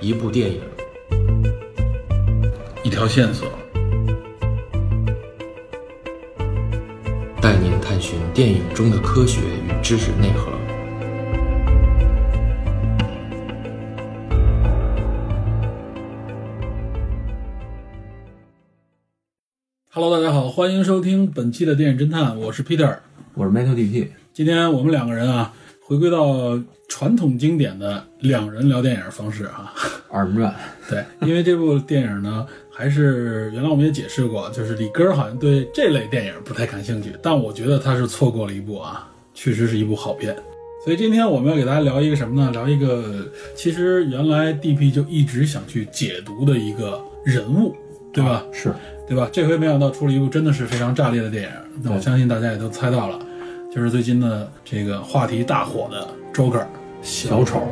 一部电影，一条线索，带您探寻电影中的科学与知识内核。 Hello，大家好，欢迎收听本期的电影侦探，我是 Peter。我是 Metal DP，今天我们两个人啊，回归到传统经典的两人聊电影方式啊。 耳目软，对，因为这部电影呢，还是原来我们也解释过，就是李根儿好像对这类电影不太感兴趣，但我觉得他是错过了一部啊，确实是一部好片。所以今天我们要给大家聊一个什么呢？聊一个其实原来 DP 就一直想去解读的一个人物，对吧？是对吧？这回没想到出了一部真的是非常炸裂的电影，那我对相信大家也都猜到了，就是最近的这个话题大火的 Joker 小丑，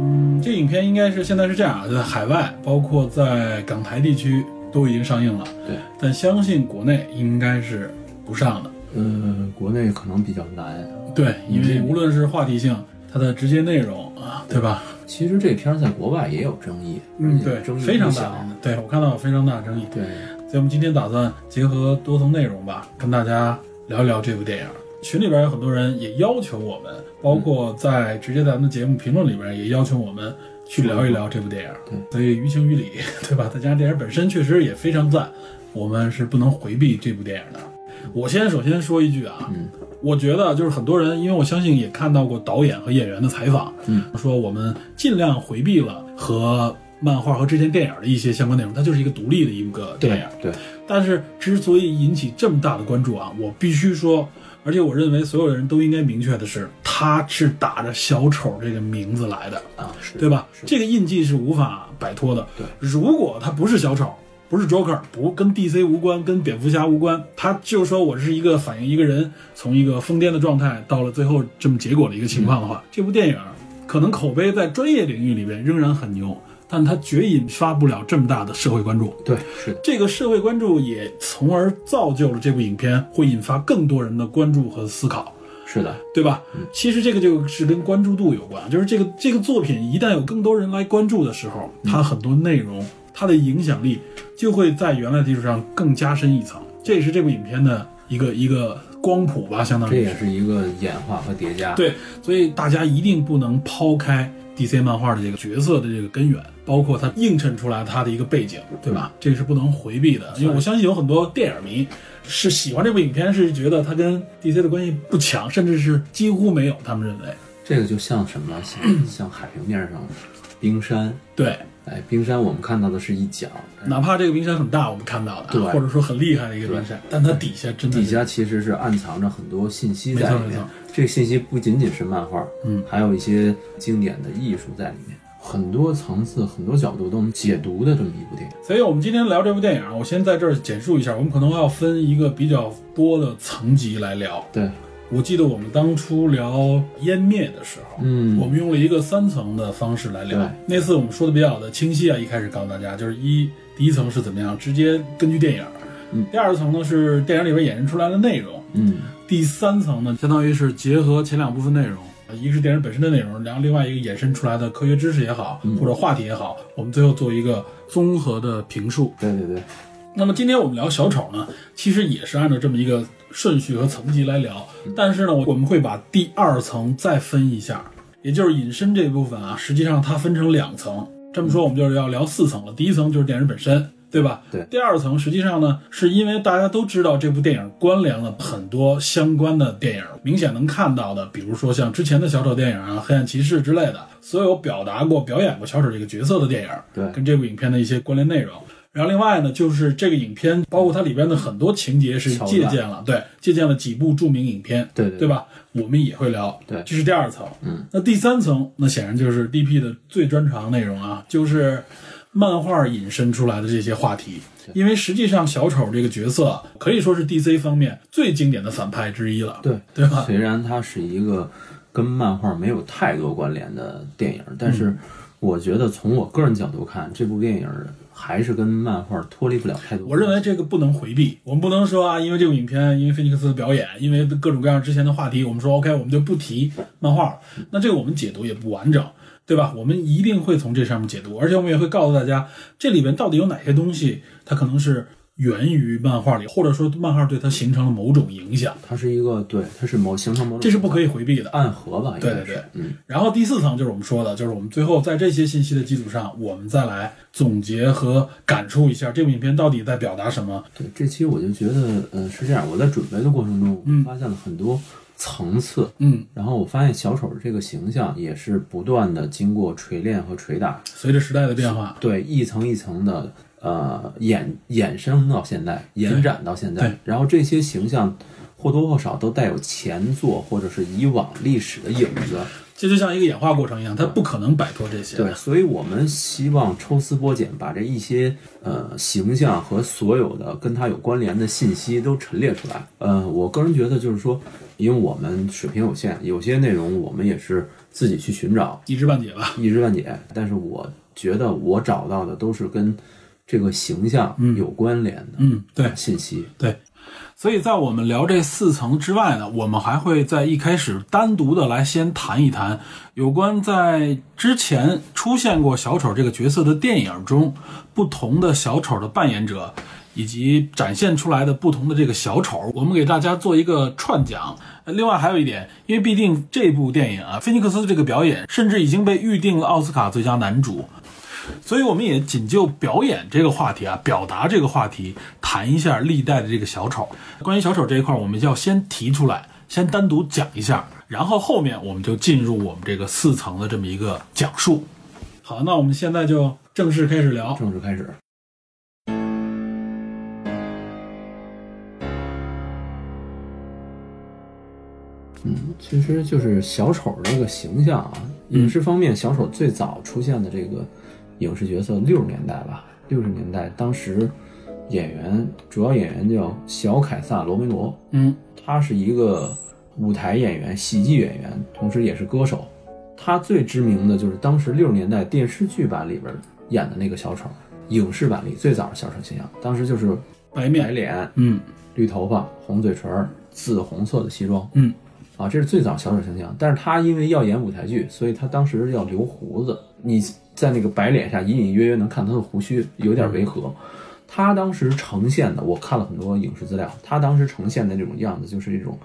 嗯这影片应该是现在是这样啊，在海外，包括在港台地区都已经上映了，对，但相信国内应该是不上的。嗯，国内可能比较难。对，因嗯为无论是话题性，它的直接内容啊，对吧？其实这片儿在国外也有争议，而且嗯对，嗯争议非常不大啊小。。对我看到非常大的争议。对，所以我们今天打算结合多层内容吧，跟大家聊一聊这部电影。群里边有很多人也要求我们，包括在直接咱们节目评论里边也要求我们去聊一聊这部电嗯影。所以于情于理，对吧？再加上电影本身确实也非常赞，我们是不能回避这部电影的。我先首先说一句啊，嗯我觉得就是很多人，因为我相信也看到过导演和演员的采访，嗯，说我们尽量回避了和漫画和之前电影的一些相关内容，它就是一个独立的一个电影。对，但是之所以引起这么大的关注啊，我必须说，而且我认为所有人都应该明确的是，他是打着小丑这个名字来的，啊，是对吧？是这个印记是无法摆脱的。对，如果他不是小丑，不是 Joker，不跟 DC 无关，跟蝙蝠侠无关，他就说我是一个反映一个人从一个疯癫的状态到了最后这么结果的一个情况的嗯话，这部电影可能口碑在专业领域里边仍然很牛，但它绝引发不了这么大的社会关注。对，是的，这个社会关注也从而造就了这部影片会引发更多人的关注和思考，是的，对吧？其实这个就是跟关注度有关，就是这个这个作品一旦有更多人来关注的时候，它很多内容它的影响力就会在原来的基础上更加深一层，这也是这部影片的一个一个光谱吧，相当这于也是一个演化和叠加。，对，所以大家一定不能抛开 DC 漫画的这个角色的这个根源，包括它映衬出来它的一个背景，对嗯吧？这是不能回避的，因为我相信有很多电影迷是喜欢这部影片，是觉得它跟 DC 的关系不强，甚至是几乎没有，他们认为。这个就像什么呢？像像海平面上的冰山。对，哎，冰山我们看到的是一角，哎哪怕这个冰山很大，我们看到的对啊，或者说很厉害的一个冰山，但它底下真的底是下其实是暗藏着很多信息没错在嗯里没面错。这个信息不仅仅是漫画，嗯，还有一些经典的艺术在里面，很多层次、很多角度都能解读的这么一部电影。所以，我们今天聊这部电影啊，我先在这儿简述一下，我们可能要分一个比较多的层级来聊。对，我记得我们当初聊湮灭的时候，嗯我们用了一个三层的方式来聊对。那次我们说的比较的清晰啊，一开始告诉大家，就是一第一层是怎么样，直接根据电影；嗯第二层呢是电影里边衍生出来的内容；嗯，第三层呢，相当于是结合前两部分内容。一个是电影本身的内容，然后另外一个衍生出来的科学知识也好，嗯或者话题也好，我们最后做一个综合的评述。对对对，那么今天我们聊小丑呢，其实也是按照这么一个顺序和层级来聊，嗯但是呢，我们会把第二层再分一下，也就是隐身这一部分啊，实际上它分成两层。这么说，我们就是要聊四层了。第一层就是电影本身，对吧？对第二层实际上呢，是因为大家都知道这部电影关联了很多相关的电影，明显能看到的，比如说像之前的小丑电影啊、黑暗骑士之类的，所有表达过、表演过小丑这个角色的电影，对跟这部影片的一些关联内容。然后另外呢，就是这个影片包括它里边的很多情节是桥段借鉴了，对，借鉴了几部著名影片，对对对吧？我们也会聊，对这是第二层。嗯，那第三层，那显然就是 DP 的最专长内容啊，就是漫画引申出来的这些话题。因为实际上，小丑这个角色可以说是 DC 方面最经典的反派之一了，对对吧？虽然它是一个跟漫画没有嗯太多关联的电影，但是我觉得从我个人角度看，这部电影还是跟漫画脱离不了太多。我认为这个不能回避，我们不能说啊，因为这部影片，因为菲尼克斯的表演，因为各种各样之前的话题，我们说 OK，我们就不提漫画了。那这个我们解读也不完整，对吧？我们一定会从这上面解读，而且我们也会告诉大家，这里边到底有哪些东西，它可能是源于漫画里，或者说漫画对它形成了某种影响，它是一个对，它是某形成某种这是不可以回避的。暗合吧？应对该对是对，嗯，然后第四层就是我们说的，就是我们最后在这些信息的基础上，我们再来总结和感触一下这部影片到底在表达什么。对。这期我就觉得，呃，是这样。我在准备的过程中，嗯我发现了很多层次，嗯，然后我发现小丑这个形象也是不断的经过锤炼和捶打，随着时代的变化，对，一层一层的呃衍衍生到现在，延展到现在对，然后这些形象或多或少都带有前作或者是以往历史的影子，这就像一个演化过程一样，它不可能摆脱这些。对，，所以我们希望抽丝剥茧，把这一些呃形象和所有的跟它有关联的信息都陈列出来。呃，我个人觉得就是说，因为我们水平有限，有些内容我们也是自己去寻找，一知半解吧。一知半解，但是我觉得我找到的都是跟这个形象有关联的嗯，对信息。对。所以在我们聊这四层之外呢，我们还会在一开始单独的来先谈一谈有关在之前出现过小丑这个角色的电影中不同的小丑的扮演者。以及展现出来的不同的这个小丑，我们给大家做一个串讲。呃另外还有一点，因为毕竟这部电影啊，菲尼克斯的这个表演甚至已经被预定了啊奥斯卡最佳男主，所以我们也仅就表演这个话题啊，表达这个话题，谈一下历代的这个小丑。关于小丑这一块，我们要先提出来，先单独讲一下，然后后面我们就进入我们这个四层的这么一个讲述。好，那我们现在就正式开始聊。正式开始，嗯，其实就是小丑这个形象啊，影视方面，小丑最早出现的这个影视角色，六十年代吧，六十年代，当时演员主要演员叫小凯撒·罗梅罗，嗯他是一个舞台演员、喜剧演员，同时也是歌手。他最知名的就是当时六十年代电视剧版里边演的那个小丑，影视版里最早的小丑形象，当时就是白白面，脸、嗯绿头发、红嘴唇、紫红色的西装嗯啊，这是最早小丑形象。但是他因为要演舞台剧，所以他当时要留胡子，你在那个白脸下隐隐约约能看他的胡须有点违嗯和。他当时呈现的，我看了很多影视资料，他当时呈现的这种样子就是一种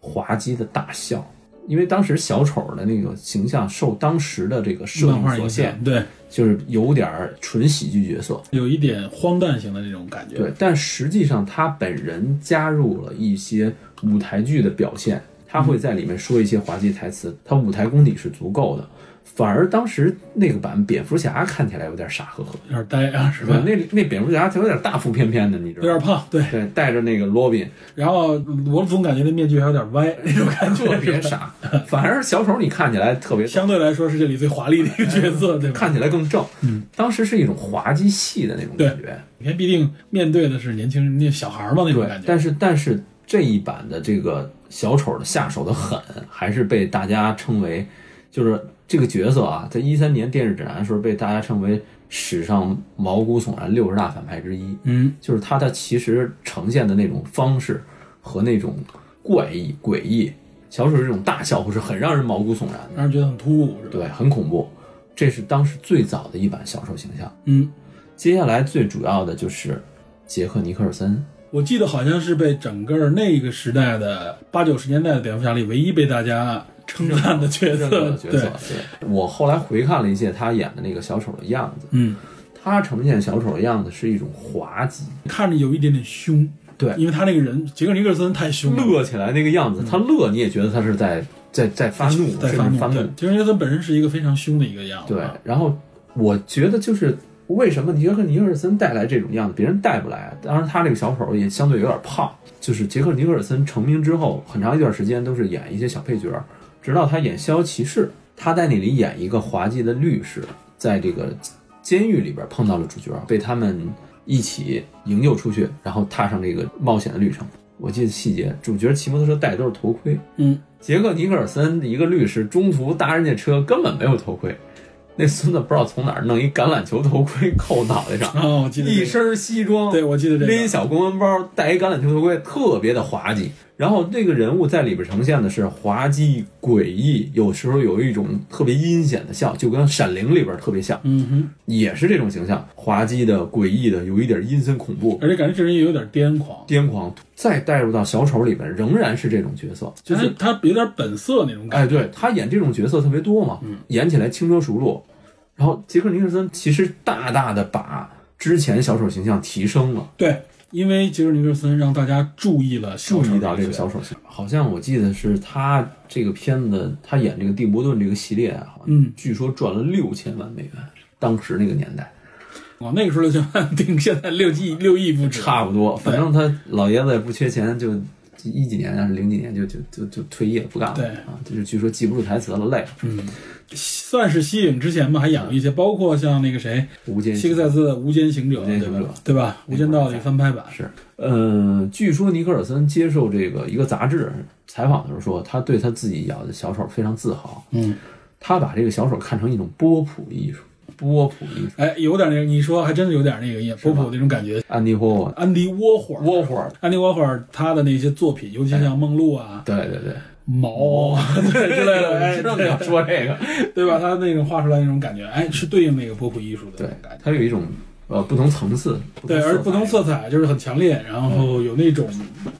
滑稽的大笑，因为当时小丑的那个形象受当时的这个摄漫画影影所限响，，对，就是有点儿纯喜剧角色。有一点荒诞型的那种感觉。对，但实际上他本人加入了一些舞台剧的表现，他嗯会在里面说一些滑稽台词，他舞台功底是足够的。反而当时那个版蝙蝠侠看起来有点傻呵呵，有点呆啊，是是吧吧？？那那蝙蝠侠他有点大腹便便的，你知有点道吗？胖，对。对，戴着那个罗宾，然后我总感觉那面具 还有点歪，那种感觉特别是吧 傻。反而小丑你看起来特别相对来说是这里最华丽的一个角色，对吧？看起来更正。嗯，当时是一种滑稽戏的那种感觉。影片必定面对的是年轻人、那小孩儿嘛那种感觉。但是但是这一版的这个小丑的下手的狠，还是被大家称为，就是这个角色啊，在一三年电视指南的时候被大家称为史上毛骨悚然六十大反派之一。嗯，就是他的其实呈现的那种方式和那种怪异诡异，小丑这种大笑话是很让人毛骨悚然的，让人觉得很突兀，是吧？对，很恐怖。这是当时最早的一版小丑形象。嗯，接下来最主要的就是杰克尼克尔森，我记得好像是被整个那个时代的八九十年代的蝙蝠侠里唯一被大家称赞的角任何色，的角色 对，。对，我后来回看了一些他演的那个小丑的样子，嗯，他呈现小丑的样子是一种滑稽，看着有一点点凶，对因为他那个人杰克尼克森太凶了，乐起来那个样子，他乐你也觉得他是在在在发怒，在甚发至怒。发对怒。杰克尼克森本身是一个非常凶的一个样子，啊对，然后我觉得就是为什么杰克尼克尔森带来这种样子，别人带不来啊。当然，他这个小丑也相对有点胖。就是杰克尼克尔森成名之后，很长一段时间都是演一些小配角儿，直到他演《逍遥骑士》，他在那里演一个滑稽的律师，在这个监狱里边碰到了主角，被他们一起营救出去，然后踏上这个冒险的旅程。我记得细节，主角骑摩托车戴的都是头盔，嗯，杰克尼克尔森一个律师中途搭人家车根本没有头盔，那孙子不知道从哪儿弄一橄榄球头盔扣脑袋上，哦，我记得这个一身西装，对，我记得这拎个。小公文包，戴一橄榄球头盔，特别的滑稽。然后这个人物在里边呈现的是滑稽、诡异，有时候有一种特别阴险的笑，就跟《闪灵》里边特别像，嗯哼，也是这种形象，滑稽的、诡异的，有一点阴森恐怖、而且感觉这人也有点癫狂，癫狂。再带入到小丑里边，仍然是这种角色，就就是是他有点本色那种感觉。哎，对他演这种角色特别多嘛，嗯演起来轻车熟路。然后杰克尼克森其实大大的把之前小丑形象提升了，对，因为杰克尼克森让大家注意了小注丑意到这个角小丑形象。好像我记得是他这个片子，他演这个蒂伯顿这个系列啊，好像嗯据说赚了六千万美元，当时那个年代哦，那个时候就顶现在六亿六亿不止，差不多。反正他老爷子也不缺钱，就。一几年还是零几年就就就就退役了，不干了。对啊，就是据说记不住台词了，累了。算是吸引之前吧，还演过一些，包括像那个谁，无间希克塞斯的《无间行者》，无间对行者吧？对吧？《无间道》的翻拍版，是，呃，据说尼克尔森接受这个一个杂志采访的时候说，他对他自己演的小丑非常自豪，嗯，他把这个小丑看成一种波普艺术，波普艺术。哎，有点那个，你说还真的有点那个也波普那种感觉。安迪霍沃，安迪沃霍尔，沃霍尔，哎安迪沃霍尔他的那些作品，尤其像《梦露》啊、对对对，毛啊 对之类的，哎知道你要说 这个，对吧？他那种画出来那种感觉，哎，是对应那个波普艺术的那对种感，觉。他有一种呃不同嗯层次，对，而不不同色彩就是很强烈，然后有那种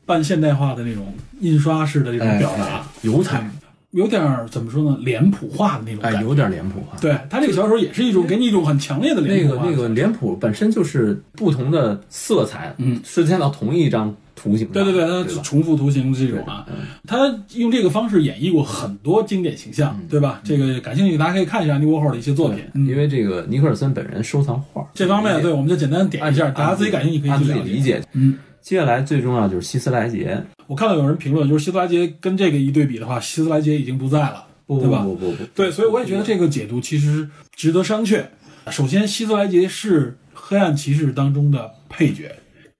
半现代化的那种印刷式的这种哎表达，油彩，有点儿怎么说呢，脸谱化的那种哎感，觉。有点脸谱化。对他这个小丑也是一种给你一种很强烈的那脸个谱化。啊那个脸谱本身就是不同的色彩，嗯，是见到同一张图形上，对对呃对，对他吧？嗯重复图形这种啊，他用这个方式演绎过很多经典形象，对吧？这个感兴趣，大家可以看一下安迪沃霍尔的一些作品，嗯嗯因为这个尼克尔森本人收藏画儿，这方面，对，我们就简单点按一下，大家自己感兴趣可按以自去己了理解。解。嗯，接下来最重要就是希斯莱杰，我看到有人评论，就是希斯莱杰跟这个一对比的话，希斯莱杰已经不在了，不对吧？不不不，对，所以我也觉得这个解读其实值得商榷。首先，希斯莱杰是黑暗骑士当中的配角，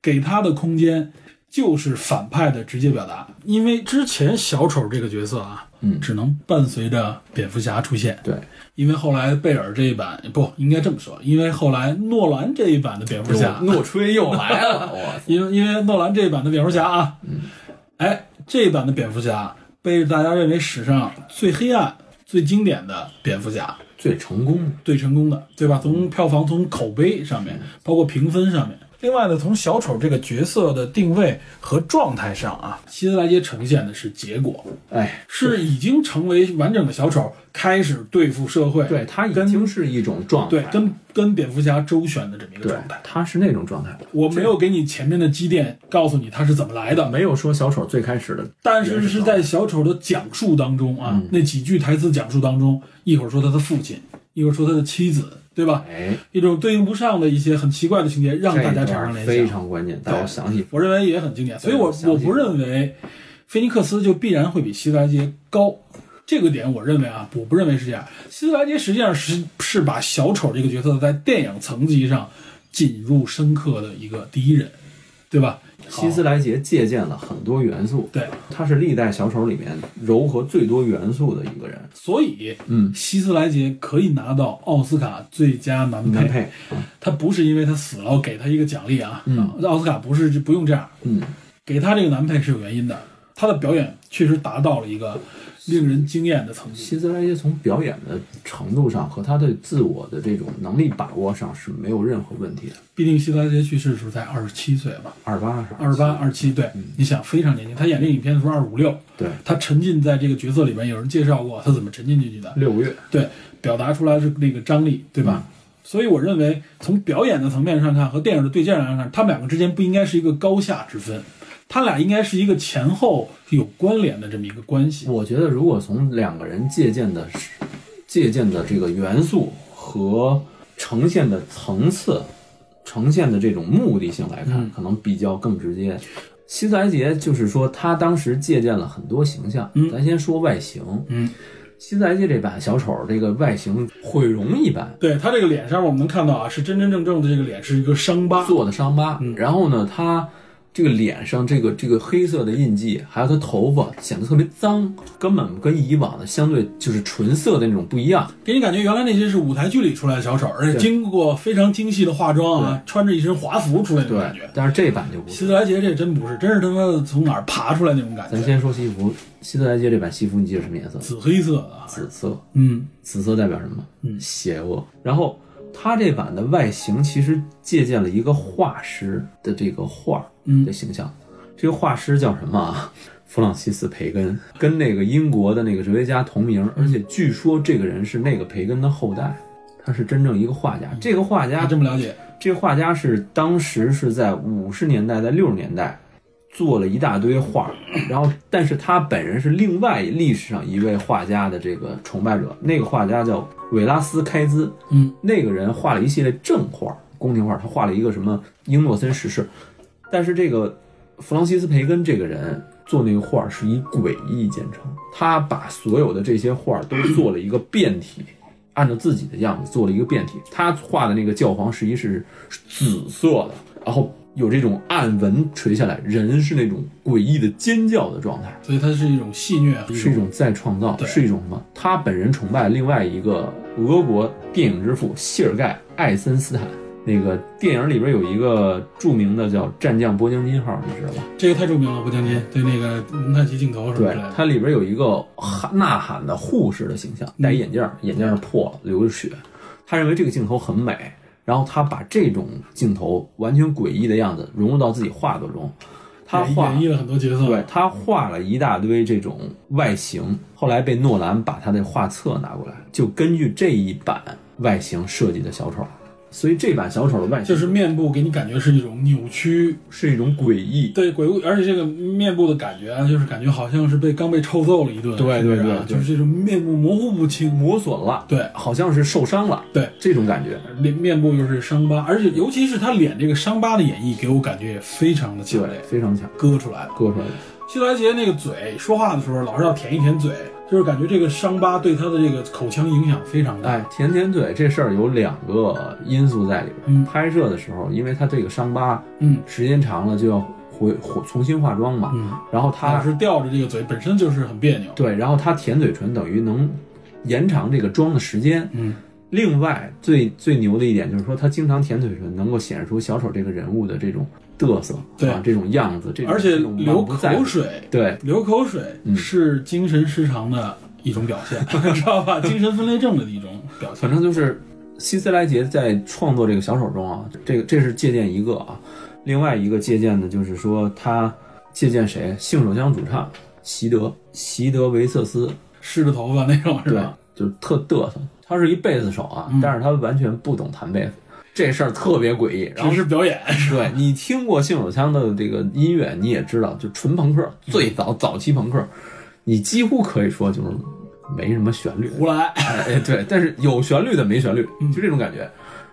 给他的空间就是反派的直接表达。因为之前小丑这个角色啊，嗯只能伴随着蝙蝠侠出现。对，因为后来贝尔这一版不应该这么说，因为后来诺兰这一版的蝙蝠侠，诺吹又来了， 哇塞！因为因为诺兰这一版的蝙蝠侠啊，哎，这一版的蝙蝠侠被大家认为史上最黑暗、最经典的蝙蝠侠。最成功的最成功的，对吧？从票房、从口碑上面，包括评分上面。嗯另外呢，从小丑这个角色的定位和状态上啊，希斯莱杰呈现的是结果，哎，是已经成为完整的小丑，开始对付社会，对他已跟经是一种状态，对跟跟蝙蝠侠周旋的这么一个对状态。，他是那种状态。我没有给你前面的积淀，告诉你他是怎么来的，没有说小丑最开始的，但是是在小丑的讲述当中啊，那几句台词讲述当中，一会儿说他的父亲，一会儿说他的妻子，对吧？哎，一种对应不上的一些很奇怪的情节，让这大一家段产生联非想。常关键，大家想起我认为也很经典，所以我对详细我不认为菲尼克斯就必然会比希斯莱杰高。这个点我认为啊，我不认为是这样。希斯莱杰实际上是是把小丑这个角色在电影层级上引入深刻的一个第一人，对吧？希斯莱杰借鉴了很多元素，对，他是历代小丑里面柔合最多元素的一个人，所以嗯，希斯莱杰可以拿到奥斯卡最佳男男配，配，他不是因为他死了我给他一个奖励啊，嗯，奥斯卡不是就不用这样，嗯，给他这个男配是有原因的，他的表演确实达到了一个令人惊艳的层级。希斯莱杰从表演的程度上和他对自我的这种能力把握上是没有任何问题的。毕竟希斯莱杰去世的时候才二十七岁吧，二八是吧二十八、，二十七，对，你想非常年轻。他演这个影片的时候二五六，对，他沉浸在这个角色里面，有人介绍过他怎么沉浸进去的，六个月，对，表达出来是那个张力，对吧？所以我认为，从表演的层面上看和电影的对战上看，他们两个之间不应该是一个高下之分，他俩应该是一个前后有关联的这么一个关系。我觉得如果从两个人借鉴的是借鉴的这个元素和呈现的层次、呈现的这种目的性来看，嗯可能比较更直接。希斯莱杰就是说，他当时借鉴了很多形象。嗯咱先说外形，嗯，希斯莱杰这版小丑这个外形毁容一般，对他这个脸上面我们能看到啊，是真真正正的这个脸是一个伤疤，做的伤疤。然后呢，他这个脸上这个这个黑色的印记，还有他头发显得特别脏，根本跟以往的相对就是纯色的那种不一样。给你感觉原来那些是舞台剧里出来的小丑，而且对经过非常精细的化妆啊，穿着一身华服出来那种感觉。但是这版就不是。希特莱杰这真不是，真是他妈从哪儿爬出来那种感咱觉，先说西服，希特莱街这版西服你记得什么颜色？紫黑色的啊，紫色，嗯，紫色代表什么？嗯邪恶。然后他这版的外形其实借鉴了一个画师的这个画儿嗯的形象，这个画师叫什么啊？弗朗西斯·培根，跟那个英国的那个哲学家同名，而且据说这个人是那个培根的后代，他是真正一个画家。这个画大家家嗯啊这么了解，这个画家是当时是在五十年代，在六十年代做了一大堆画儿，然后但是他本人是另外历史上一位画家的这个崇拜者，那个画家叫韦拉斯开兹，嗯，那个人画了一系列正画儿、宫廷画儿，他画了一个什么英诺森十世，但是这个弗朗西斯培根这个人做那个画儿是以诡异见称，他把所有的这些画儿都做了一个变体。按照自己的样子做了一个变体。他画的那个教皇实际是紫色的，然后有这种暗纹垂下来，人是那种诡异的尖叫的状态，所以它是一种戏谑，是一种再创造，对是一种什么？他本人崇拜另外一个俄国电影之父谢尔盖·艾森斯坦。那个电影里边有一个著名的叫战将波江金号，你知道吧？这个太著名了，不将军对那个蒙太奇镜头什么对之类，的，它里边有一个喊呐喊的护士的形象，戴一眼镜儿，眼镜儿破了，流着血。他认为这个镜头很美，然后他把这种镜头完全诡异的样子融入到自己画作中。他演画演绎了很多角色，对他画了一大堆这种外形，后来被诺兰把他的画册拿过来，就根据这一版外形设计的小丑。所以这版小丑的外形就是面部给你感觉是一种扭曲，是一种诡异，对鬼屋，而且这个面部的感觉啊，就是感觉好像是被刚被臭揍了一顿，对是不是啊对对对就是这种面部模糊不清，磨损了，对好像是受伤了，对，这种感觉。脸面部又是伤疤，而且尤其是他脸这个伤疤的演绎，给我感觉也非常的强对烈，，非常强，割出来了。割出来的。希特莱杰那个嘴说话的时候，老是要舔一舔嘴，就是感觉这个伤疤对他的这个口腔影响非常大。哎，舔舔嘴这事儿有两个因素在里边儿。嗯拍摄的时候，因为他这个伤疤嗯时间长了就要回回重新化妆嘛，嗯，然后老他是吊着这个嘴，本身就是很别扭。对，然后他舔嘴唇等于能延长这个妆的时间。嗯，另外最最牛的一点就是说，他经常舔嘴唇，能够显示出小丑这个人物的这种嘚瑟，对啊，这种样子，这种而且这种流满不在乎口水，对流口水嗯是精神失常的一种表 现，知道吧？精神分裂症的一种表现。反正就是希斯莱杰在创作这个小丑中啊，这个这是借鉴一个啊，另外一个借鉴的就是说他借鉴谁？性手枪主唱席德，席德维瑟斯，湿着头发那种是对吧？，就是特嘚瑟。他是一贝斯手啊，嗯但是他完全不懂弹贝斯，这事儿特别诡异。然只后是表演。 对你听过性手枪的这个音乐，你也知道，就纯朋克，最早早期朋克，你几乎可以说就是没什么旋律，胡来，哎，对，但是有旋律的没旋律，嗯就这种感觉。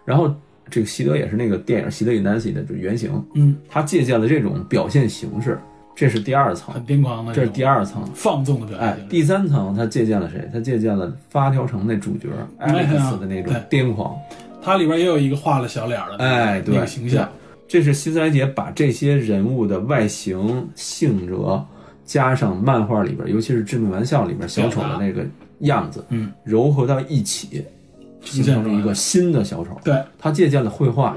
然后这个席德也是那个电影《席德与南希》的就原型，嗯，他借鉴了这种表现形式，这是第二层很，癫狂的，这是第二二层。放纵的表哎现，形式。第三层他借鉴了谁？他借鉴了发条城那主角艾哎呀利克斯的那种癫狂。它里边也有一个画了小脸儿的那个，哎，对，那个形象。对。这是希斯莱杰把这些人物的外形、性格，加上漫画里边，尤其是《致命玩笑》里边小丑的那个样子，嗯，糅合到一起，呈形现出来成了一个新的小丑。对，他借鉴了绘画，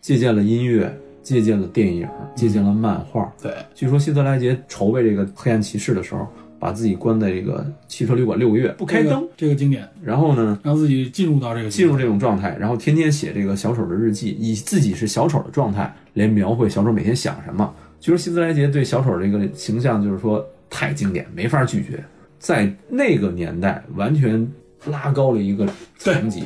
借鉴了音乐，借鉴了电影，借鉴了漫画。对，据说希特莱杰筹备这个《黑暗骑士》的时候，把自己关在这个汽车旅馆六个月，不开这个灯，，这个经典，然后呢，让自己进入到这个进入这种状态，然后天天写这个小丑的日记，以自己是小丑的状态来描绘小丑每天想什么。据说希斯莱杰对小丑这个形象就是说太经典，没法拒绝，在那个年代完全拉高了一个层级，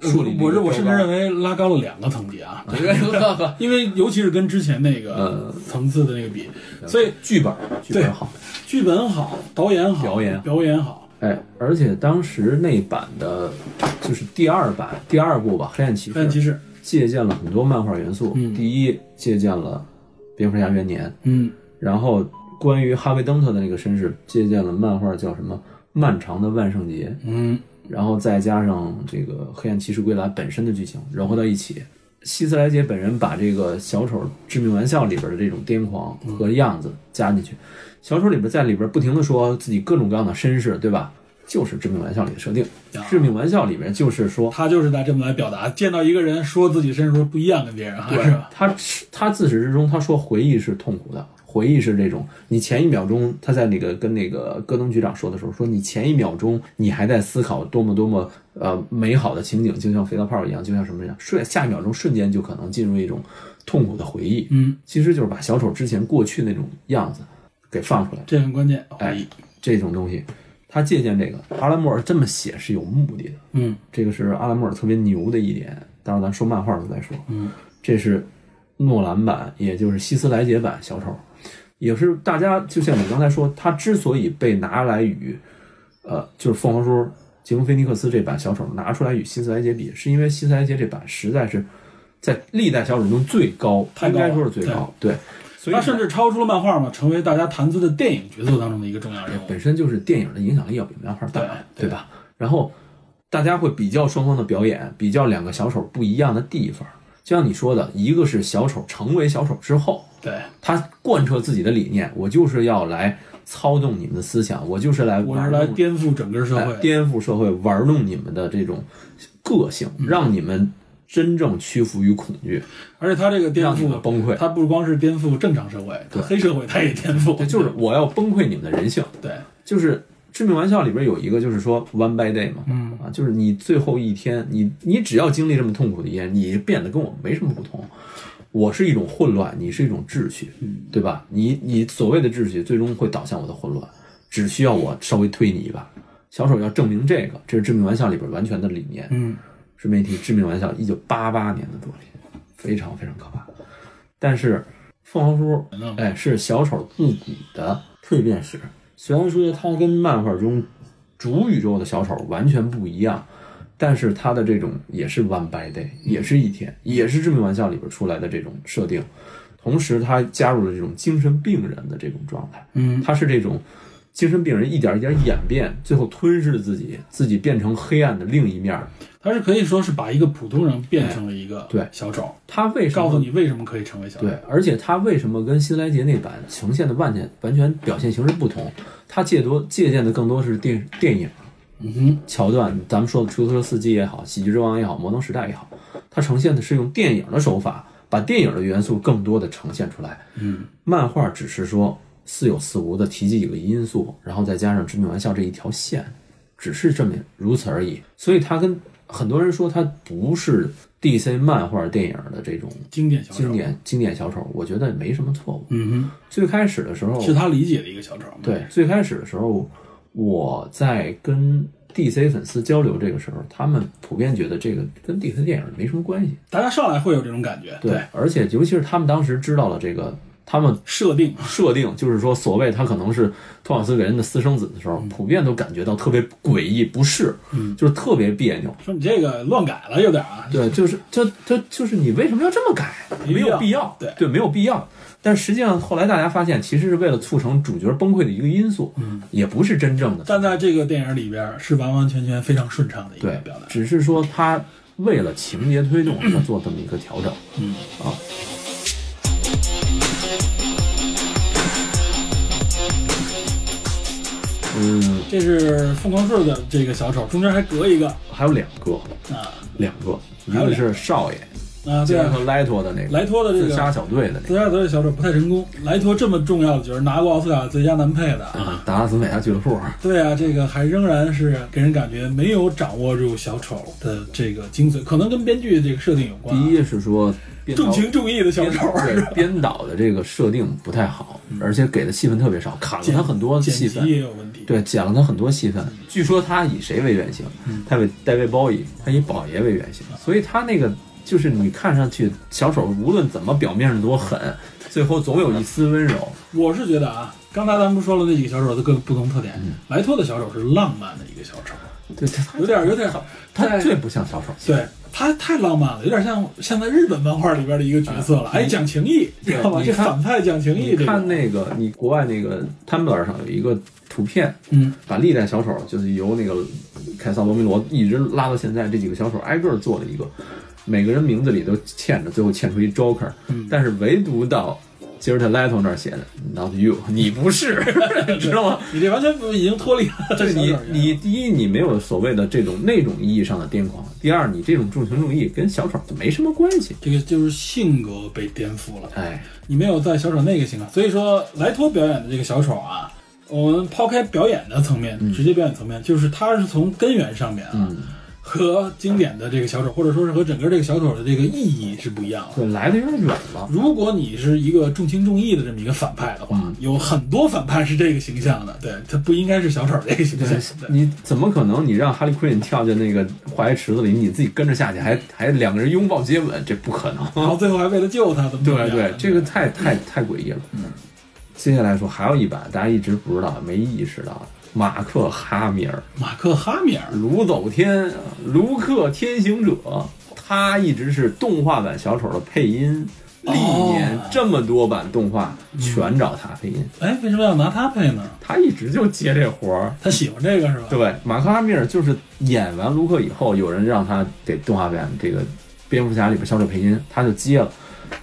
树立了一个我是我甚至标杆认为拉高了两个层级啊， 对因为尤其是跟之前那个呃层次的那个比，嗯所以剧本剧本好，剧本好，导演好，表演好表演好，哎，而且当时那版的，就是第二版第二部吧，《黑暗骑士》，黑暗骑士，借鉴了很多漫画元素。嗯第一借鉴了《蝙蝠侠元年》。嗯，然后关于哈维·登特的那个身世，借鉴了漫画叫什么《漫长的万圣节》，嗯，然后再加上这个《黑暗骑士归来》本身的剧情，融合到一起，希斯莱杰本人把这个小丑《致命玩笑》里边的这种癫狂和样子加进去。小丑里边在里边不停的说自己各种各样的身世，对吧？就是《致命玩笑》里的设定，《致命玩笑》里边就是说他就是在这么来表达，见到一个人说自己身世不一样，跟别人啊，是吧？他是他自始至终他说回忆是痛苦的，回忆是这种，你前一秒钟他在那个跟那个戈登局长说的时候，说你前一秒钟你还在思考多么多么呃美好的情景，就像肥皂泡一样，就像什么一样，瞬下一秒钟瞬间就可能进入一种痛苦的回忆，嗯，其实就是把小丑之前过去那种样子给放出来，这很关键。哦回忆哎，这种东西，他借鉴这个阿拉莫尔这么写是有目的的。嗯这个是阿拉莫尔特别牛的一点。当然，咱说漫画的时候再说。嗯，这是诺兰版，也就是希斯莱杰版小丑，也是大家就像你刚才说，他之所以被拿来与呃，就是凤凰叔杰昆菲尼克斯这版小丑拿出来与希斯莱杰比，是因为希斯莱杰这版实在是在历代小丑中最高，太高了应该说是最高，对，所以他甚至超出了漫画嘛，成为大家谈资的电影角色当中的一个重要人物。本身就是电影的影响力要比漫画大对啊，对吧？然后大家会比较双方的表演，比较两个小丑不一样的地方。就像你说的，一个是小丑成为小丑之后，对，他贯彻自己的理念，我就是要来操纵你们的思想，我就是来我是玩弄来颠覆整个社哎会。颠覆社会，玩弄你们的这种个性，嗯让你们真正屈服于恐惧，而且他这个颠让你覆们崩溃。他不光是颠覆正常社会，他黑社会他也颠覆。对，就是我要崩溃你们的人性。对，就是《致命玩笑》里边有一个，就是说 one by day 嘛，嗯啊，就是你最后一天，你你只要经历这么痛苦的一天，你变得跟我没什么不同。我是一种混乱，你是一种秩序，嗯对吧？你你所谓的秩序，最终会导向我的混乱，只需要我稍微推你一把。小丑要证明这个，这是《致命玩笑》里边完全的理念。嗯，是媒体《致命玩笑》一九八八年的作品，非常非常可怕。但是凤凰叔，嗯哎，是小丑自己的蜕变史。虽然说他跟漫画中主宇宙的小丑完全不一样，但是他的这种也是 one by day，也是一天，也是《致命玩笑》里边出来的这种设定。同时，他加入了这种精神病人的这种状态。嗯，他是这种精神病人一点一点演变，最后吞噬自己，自己变成黑暗的另一面儿。他是可以说是把一个普通人变成了一个对小丑，他为什么告诉你为什么可以成为小丑。对，而且他为什么跟新莱杰那版呈现的万全完全表现形式不同？他借多借鉴的更多是电电影嗯哼，桥段，咱们说的出租车司机也好，喜剧之王也好，摩登时代也好，它呈现的是用电影的手法，把电影的元素更多的呈现出来。嗯，漫画只是说似有似无的提及几个因素，然后再加上致命玩笑这一条线，只是这么如此而已。所以它跟很多人说它不是 DC 漫画电影的这种经典小丑。经。典经典小丑，我觉得没什么错误。嗯最开始的时候哼，，是他理解的一个小丑。，哦对，最开始的时候，我在跟 DC 粉丝交流这个时候，他们普遍觉得这个跟 DC 电影没什么关系。大家上来会有这种感觉。对，而且尤其是他们当时知道了这个，他们设定设定就是说，所谓他可能是托马斯给人的私生子的时候，嗯普遍都感觉到特别诡异，不适，就是特别别扭。说你这个乱改了有点啊，对，就是这这就是你为什么要这么改？没必没要有必要，对没有必要。但实际上后来大家发现，其实是为了促成主角崩溃的一个因素，也不是真正的嗯但在这个电影里边是完完全全非常顺畅的一个对表达。只是说他为了情节推动，他做这么一个调整。嗯啊。嗯，这是凤凰社的这个小丑，中间还隔一个还有两个，啊两个，一还有两个个是少爷，啊，杰对克啊，和莱托的那个莱托的这自个杀小队的那自个，杀德的小丑不太成功，莱托这么重要的角儿拿过奥斯卡最佳男配的啊，啊，达拉斯美亚俱乐部，对啊，这个还仍然是给人感觉没有掌握住小丑的这个精髓，可能跟编剧这个设定有关第啊。一是说编导重情重义的小丑，嗯对编导的这个设定不太好，而且给的戏份特别少，砍了他很多剪戏辑嗯也份。有问题。对，剪了他很多戏份。据说他以谁为原型？嗯他以大卫鲍伊，他以宝爷为原型，所以他那个就是你看上去小丑无论怎么表面上多狠，最后总有一丝温柔。我是觉得啊，刚才咱们不说了那几个小丑的各个不同特点，嗯莱托的小丑是浪漫的一个小丑，对，他嗯有点有点他在最不像小丑。对他太浪漫了，有点像像在日本漫画里边的一个角色了。哎，讲情义，知道吧？你这看反派讲情义，你这看个，那个，你国外那个 Tumblr 上有一个图片，嗯，把历代小丑，就是由那个凯撒罗梅罗一直拉到现在这几个小丑挨个儿做了一个每个人名字里都嵌着，最后嵌出一 Joker，、但是唯独到杰瑞特·莱头那儿写的 “Not you”，你不是， 你知道吗？你这完全不已经脱离了就这是小丑你一样你第一，你没有所谓的这种那种意义上的癫狂；第二，你这种重情重义跟小丑没什么关系。这个就是性格被颠覆了。哎，你没有在小丑那个情啊况，所以说莱托表演的这个小丑啊，我们抛开表演的层嗯面，直接表演层面，就是他是从根源上面啊，和经典的这个小丑，或者说是和整个这个小丑的这个意义是不一样的。对，来的有点远了。如果你是一个重情重义的这么一个反派的话，嗯有很多反派是这个形象的，对他不应该是小丑这个形象。对你怎么可能？你让哈利奎恩跳进那个化学池子里，你自己跟着下去，还还两个人拥抱接吻，这不可能。 然后最后还为了救他，怎么怎么对样？对，这个太太太诡异了。嗯，接下来说还有一版，大家一直不知道，没意识到，马克·哈米尔、马克哈米尔，卢走天、卢克天行者，他一直是动画版小丑的配音，历年哦这么多版动画全找他配音，哎，为什么要拿他配呢？他一直就接这活儿。他喜欢这个是吧？对，马克·哈米尔就是演完卢克以后，有人让他给动画版这个蝙蝠侠里边小丑配音，他就接了，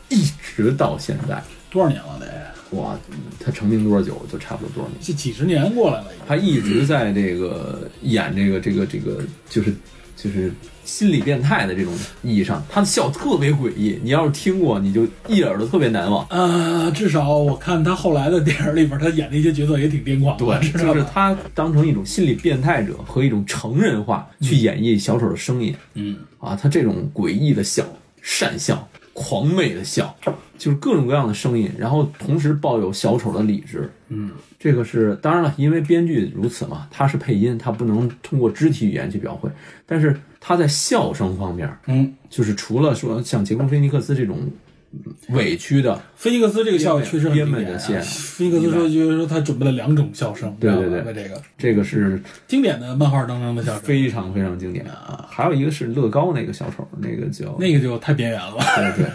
一直到现在。多少年了得？哇，他成名多少久就差不多多少年。这几十年过来了，已经。他一直在这个演这个这个这个，就是就是心理变态的这种意义上，他的笑特别诡异。你要是听过，你就一耳朵特别难忘。啊，至少我看他后来的电影里边，他演的一些角色也挺癫狂的，对，知道就是吧？他当成一种心理变态者和一种成人化去演绎小丑的声音嗯，啊，他这种诡异的笑、善笑、狂媚的笑，就是各种各样的声音，然后同时抱有小丑的理智。嗯，这个是当然了，因为编剧如此嘛，他是配音，他不能通过肢体语言去描绘，但是他在笑声方面，嗯，就是除了说像杰昆·菲尼克斯这种嗯委屈的，菲尼克斯这个笑确实很憋经闷典、的啊。线菲尼克斯说，就是说他准备了两种笑声，对你知对道对吧为这个这个是经典的漫画当中的笑声，非常非常经典啊。还有一个是乐高那个小丑，那个叫嗯那个就太边缘了吧？对对，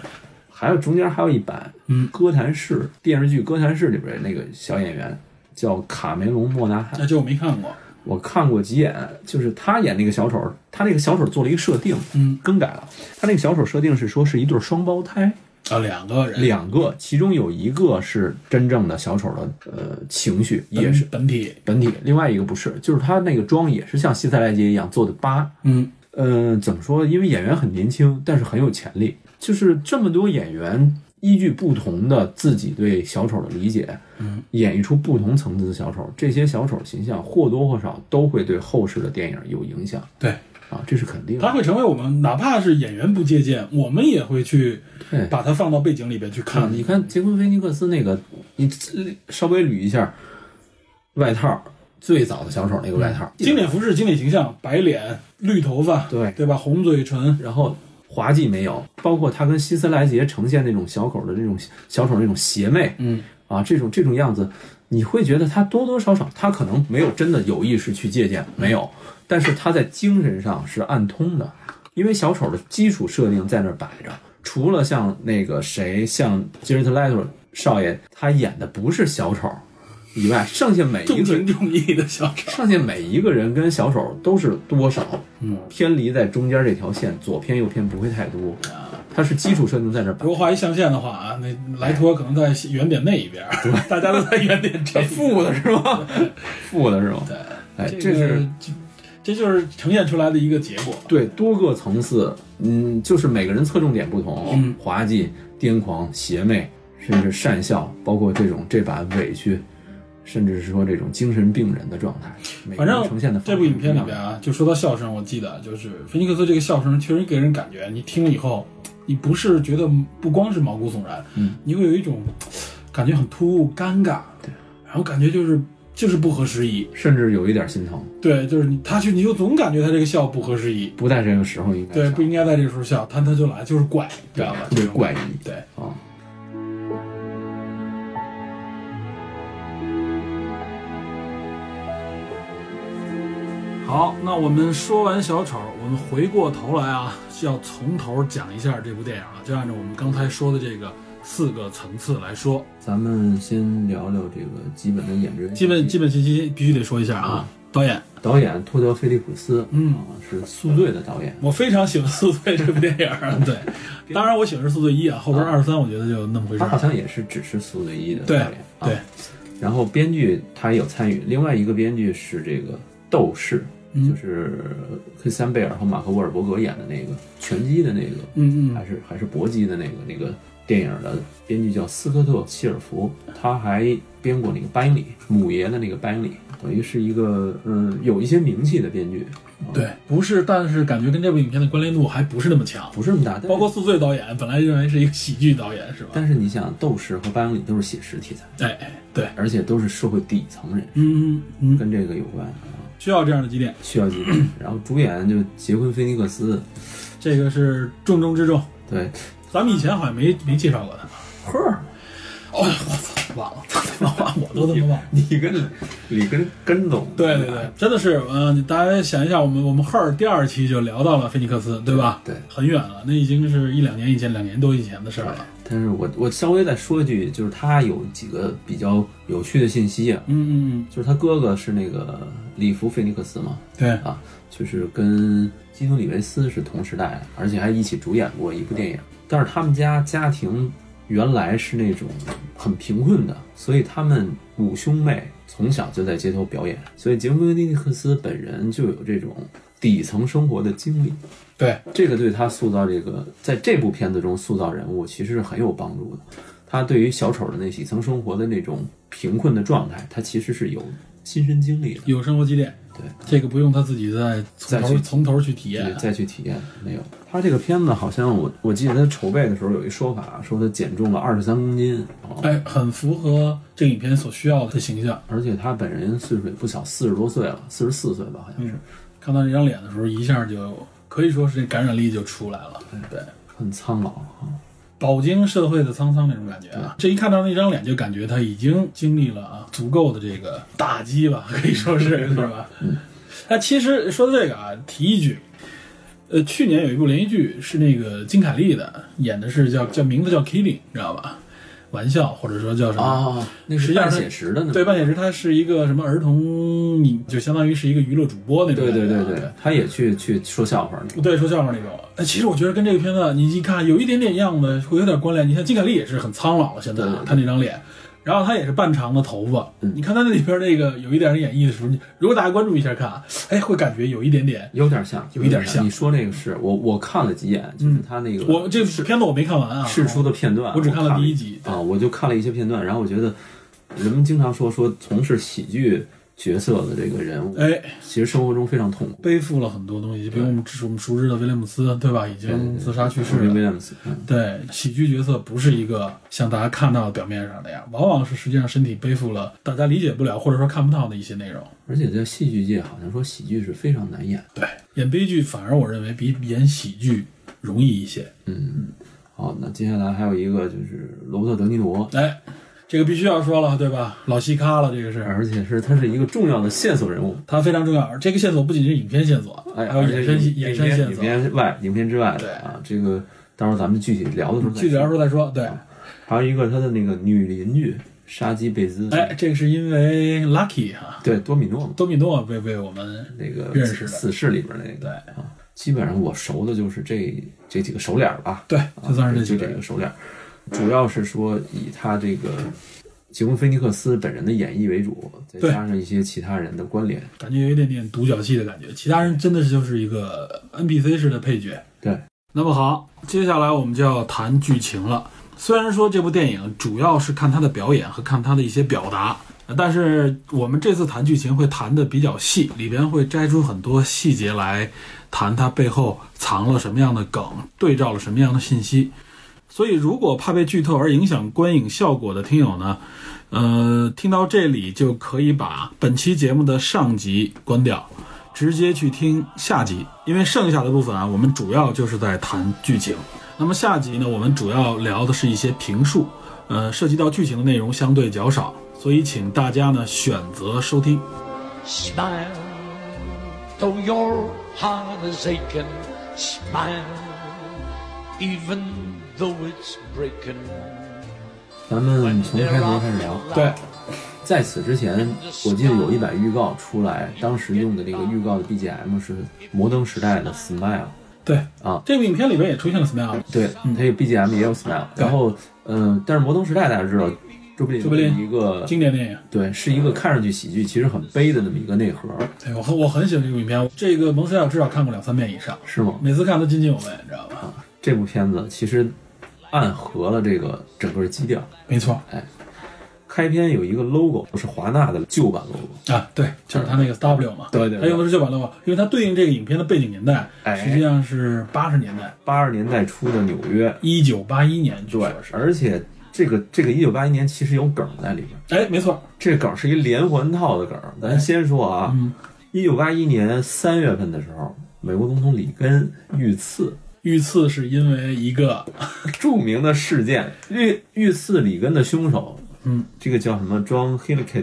还有中间还有一版，嗯哥谭市电视剧《哥谭市》里边那个小演员叫卡梅隆·莫纳汉那，就我没看过。我看过几眼，就是他演那个小丑，他那个小丑做了一个设定，嗯，更改了。他那个小丑设定是说是一对双胞胎，啊，两个人，两个，其中有一个是真正的小丑的呃情绪，本也是本体，本体，另外一个不是，就是他那个妆也是像希斯莱杰一样做的疤。嗯，呃，怎么说？因为演员很年轻，但是很有潜力。就是这么多演员依据不同的自己对小丑的理解，嗯，演绎出不同层次的小丑。这些小丑形象或多或少都会对后世的电影有影响对，啊，这是肯定他的。会成为我们，哪怕是演员不借鉴，我们也会去对把它放到背景里边去啊，看。哎你看杰昆·菲尼克斯那个，你稍微捋一下，外套最早的小丑那个外套，嗯经典服饰、经典形象，白脸、绿头发，对对吧？红嘴唇，然后滑稽没有，包括他跟希斯莱杰呈现那种小口的这种小丑那种邪魅，嗯，啊，这种这种样子，你会觉得他多多少少他可能没有真的有意识去借鉴，没有，但是他在精神上是暗通的，因为小丑的基础设定在那儿摆着，除了像那个谁，像杰瑞特·莱特少爷，他演的不是小丑以外，剩下每一重个情重义的小丑。剩下每一个人跟小丑都是多少，嗯，偏离在中间这条线，左偏右偏不会太多，它是基础设定在这儿 摆啊如。果画一象限的话啊，那莱托可能在原点那一边，大家都在原点这一边。 负的是吗？负的是吗？对，哎，这这是个这这就是呈现出来的一个结果。对多个层次，嗯，就是每个人侧重点不同嗯，滑稽、癫狂、邪魅，甚至善笑，包括这种这把委屈，甚至是说这种精神病人的状态，每个反人正呈现的这方部式影不一片里样边。啊，就说到笑声，我记得就是菲尼克斯这个笑声，确实给人感觉，你听了以后，你不是觉得不光是毛骨悚然，嗯，你会有一种感觉很突兀、尴尬，对，然后感觉就是就是不合时宜，甚至有一点心疼，对，就是你他去，你就总感觉他这个笑不合时宜，不在这个时候应该对，笑不应该在这时候笑，他他就来就是怪，知道吧？对这种怪异对。啊。好，那我们说完小丑，我们回过头来啊，要从头讲一下这部电影了，就按照我们刚才说的这个四个层次来说，咱们先聊聊这个基本的演职，嗯 基本基本信息必须得说一下啊。导演。导演托德·菲利普斯，嗯啊是《宿醉》的导演。我非常喜欢《宿醉》这部电影 儿，对，当然我喜欢是《宿醉一》啊，后边二十三我觉得就那么回事他好儿。像也是只是《宿醉一》的导对演，啊对，然后编剧他也有参与，另外一个编剧是这个《斗士》，嗯就是克里斯坦贝尔和马克沃尔伯格演的那个拳击的那个，嗯嗯还是还是搏击的那个那个电影的编剧叫斯科特·希尔福，他还编过那个《巴英里》，母爷的那个《巴英里》，等于是一个嗯有一些名气的编剧，啊，对，不是，但是感觉跟这部影片的关联度还不是那么强。不是那么大，但是包括《宿醉》导演本来认为是一个喜剧导演是吧？但是你想，《斗士》和《巴英里》都是写实题材，哎哎，对，而且都是社会底层人，嗯嗯嗯，跟这个有关啊。需要这样的几点，需要几 点？然后主演就杰昆·菲尼克斯，这个是重中之重。对，咱们以前好像没没介绍过他。赫尔，哦，我操，忘了， 忘了，我都他妈忘了。你跟 你跟跟总，对对对，真的是，嗯、大家想一下，我们我们赫尔第二期就聊到了菲尼克斯，对吧？对很远了，那已经是一两年以前，两年多以前的事儿了。但是我我稍微再说一句，就是他有几个比较有趣的信息啊，嗯嗯嗯，就是他哥哥是那个里弗·菲尼克斯嘛，对，啊，就是跟基努·里维斯是同时代的，而且还一起主演过一部电影。但是他们家家庭原来是那种很贫困的，所以他们五兄妹从小就在街头表演，所以杰昆·菲尼克斯本人就有这种底层生活的经历。对，这个对他塑造这个在这部片子中塑造人物其实是很有帮助的。他对于小丑的那底层生活的那种贫困的状态，他其实是有亲身经历的。有生活积淀，对，这个不用他自己再从再头去从头去体对验，。再去体验没有。他这个片子好像我我记得他筹备的时候有一说法，说他减重了二十三公斤，哦哎，很符合这个影片所需要的形象。而且他本人岁数也不小，四十多岁了，四十四岁吧，好嗯像是，看到这张脸的时候，一下就可以说是这感染力就出来了。嗯对，很苍老啊。饱经社会的沧桑那种感觉啊！这一看到那张脸，就感觉他已经经历了啊足够的这个打击吧，可以说是是嗯吧？那其实说到这个啊，提一句，呃，去年有一部连续剧是那个金凯利的，演的是叫叫名字叫 Killing，你知道吧？玩笑或者说叫什么？啊，那是半写实的呢。对，半也是他是一个什么儿童影，就相当于是一个娱乐主播那种对感觉啊、对对对，他也去去说笑话那个。对，说笑话那种。哎，其实我觉得跟这个片子你一看有一点点样子，会有点关联。你看金凯利也是很苍老了，现在对对对嗯他那张脸，然后他也是半长的头发。你看他那里边那个有一点演绎的时候，你如果大家关注一下看啊，哎，会感觉有一点点。有点像，嗯有一点像嗯你说那个是我，我看了几眼，就是他那个我这片子我没看完啊，试出的片段，我只看了了第一集对啊，我就看了一些片段，然后我觉得人们经常说说从事喜剧角色的这个人物，哎，其实生活中非常痛苦。背负了很多东西，就比如我们我们熟知的威廉姆斯，对吧？已经自杀去世了。威廉姆斯，嗯对，喜剧角色不是一个像大家看到的表面上那样，往往是实际上身体背负了大家理解不了或者说看不到的一些内容。而且在戏剧界，好像说喜剧是非常难演。对，演悲剧反而我认为比演喜剧容易一些。嗯好，那接下来还有一个就是罗伯特·德尼罗，哎，这个必须要说了，对吧？老戏咖了，这个是而且是他是一个重要的线索人物，它非常重要。这个线索不仅是影片线索，哎，还有而衍且生影衍生线影索。片外，影片之外对的啊，这个到时候咱们具体聊的时候再具体来说。说再说。对，嗯还有一个他的那个女邻居莎基·贝兹，哎，这个是因为 Lucky 哈、对，多米诺嘛，多米诺被被我们那个认识的死侍里边那个，对啊，基本上我熟的就是这这几个熟脸儿吧，对，啊就算是就这几就个这人个。熟脸儿，主要是说以他这个杰昆·菲尼克斯本人的演绎为主，再对加上一些其他人的关联，感觉有一点点独角戏的感觉，其他人真的是就是一个 NPC 式的配角。对，那么好，接下来我们就要谈剧情了。虽然说这部电影主要是看它的表演和看它的一些表达，呃但是我们这次谈剧情会谈的比较细，里边会摘出很多细节来谈它背后藏了什么样的梗，对照了什么样的信息。所以，如果怕被剧透而影响观影效果的听友呢，呃，听到这里就可以把本期节目的上集关掉，直接去听下集，因为剩下的部分啊，我们主要就是在谈剧情。那么下集呢，我们主要聊的是一些评述，呃，涉及到剧情的内容相对较少，所以请大家呢选择收听。 Smile, though your heart is aching. Smile, even though it's breaking. 咱们从开头开始聊。对，在此之前，我记得有一版预告出来，当时用的那个预告的 BGM 是《摩登时代》的 Smile。对啊这部影片里边也出现了 Smile，对，它这个 BGM 也有 Smile。然后，嗯、但是《摩登时代》大家知道，卓别卓别林林一个经典电影。对，是一个看上去喜剧，其实很悲的那么一个内核，对我很我很喜欢这部影片，这个《蒙斯亚》我至少看过两三遍以上，是吗？每次看都津津有味，你知道吧？这部片子其实暗合了这个整个基调。没错开篇有一个 logo 是华纳的旧版 logo，啊，对，就是他那个 W 嘛，对对对他用的是旧版 logo，因为它对应这个影片的背景年代，哎实际上是八十年代，八十年代初的纽约。一九八一年，据对说，是。而且这个这个一九八一年其实有梗在里边，哎，没错，这梗是一连环套的梗。咱先说啊，嗯，一九八一年三月份的时候，美国总统里根遇刺，遇刺是因为一个著名的事件，遇遇刺里根的凶手。嗯，这个叫什么？John Hilliker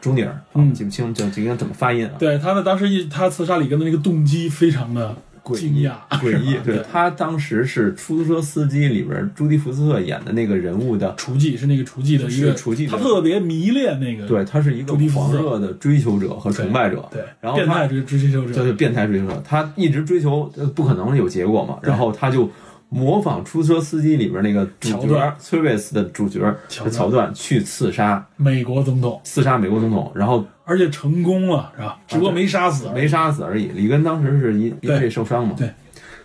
Jr.，嗯啊记不清叫这个怎么发音啊？对他的当时一他刺杀里根的那个动机非常的诡惊异讶，诡异是吧。对 对，他当时是出租车司机里边朱迪福斯特演的那个人物的，厨妓是那个厨妓的一是个厨妓的他特别迷恋那个对他是一个朱迪福狂斯特热的追求者和崇拜者。对，然后变态他追追求者，就是变态追求者，他一直追求呃不可能有结果嘛，然后他就。模仿出租车司机里边那个主桥角段崔维斯的主角桥的段桥段去刺杀美国总统，刺杀美国总统，然后而且成功了，是吧？只不过没杀死，啊没杀死而已。里根当时是因因对为受伤嘛，对，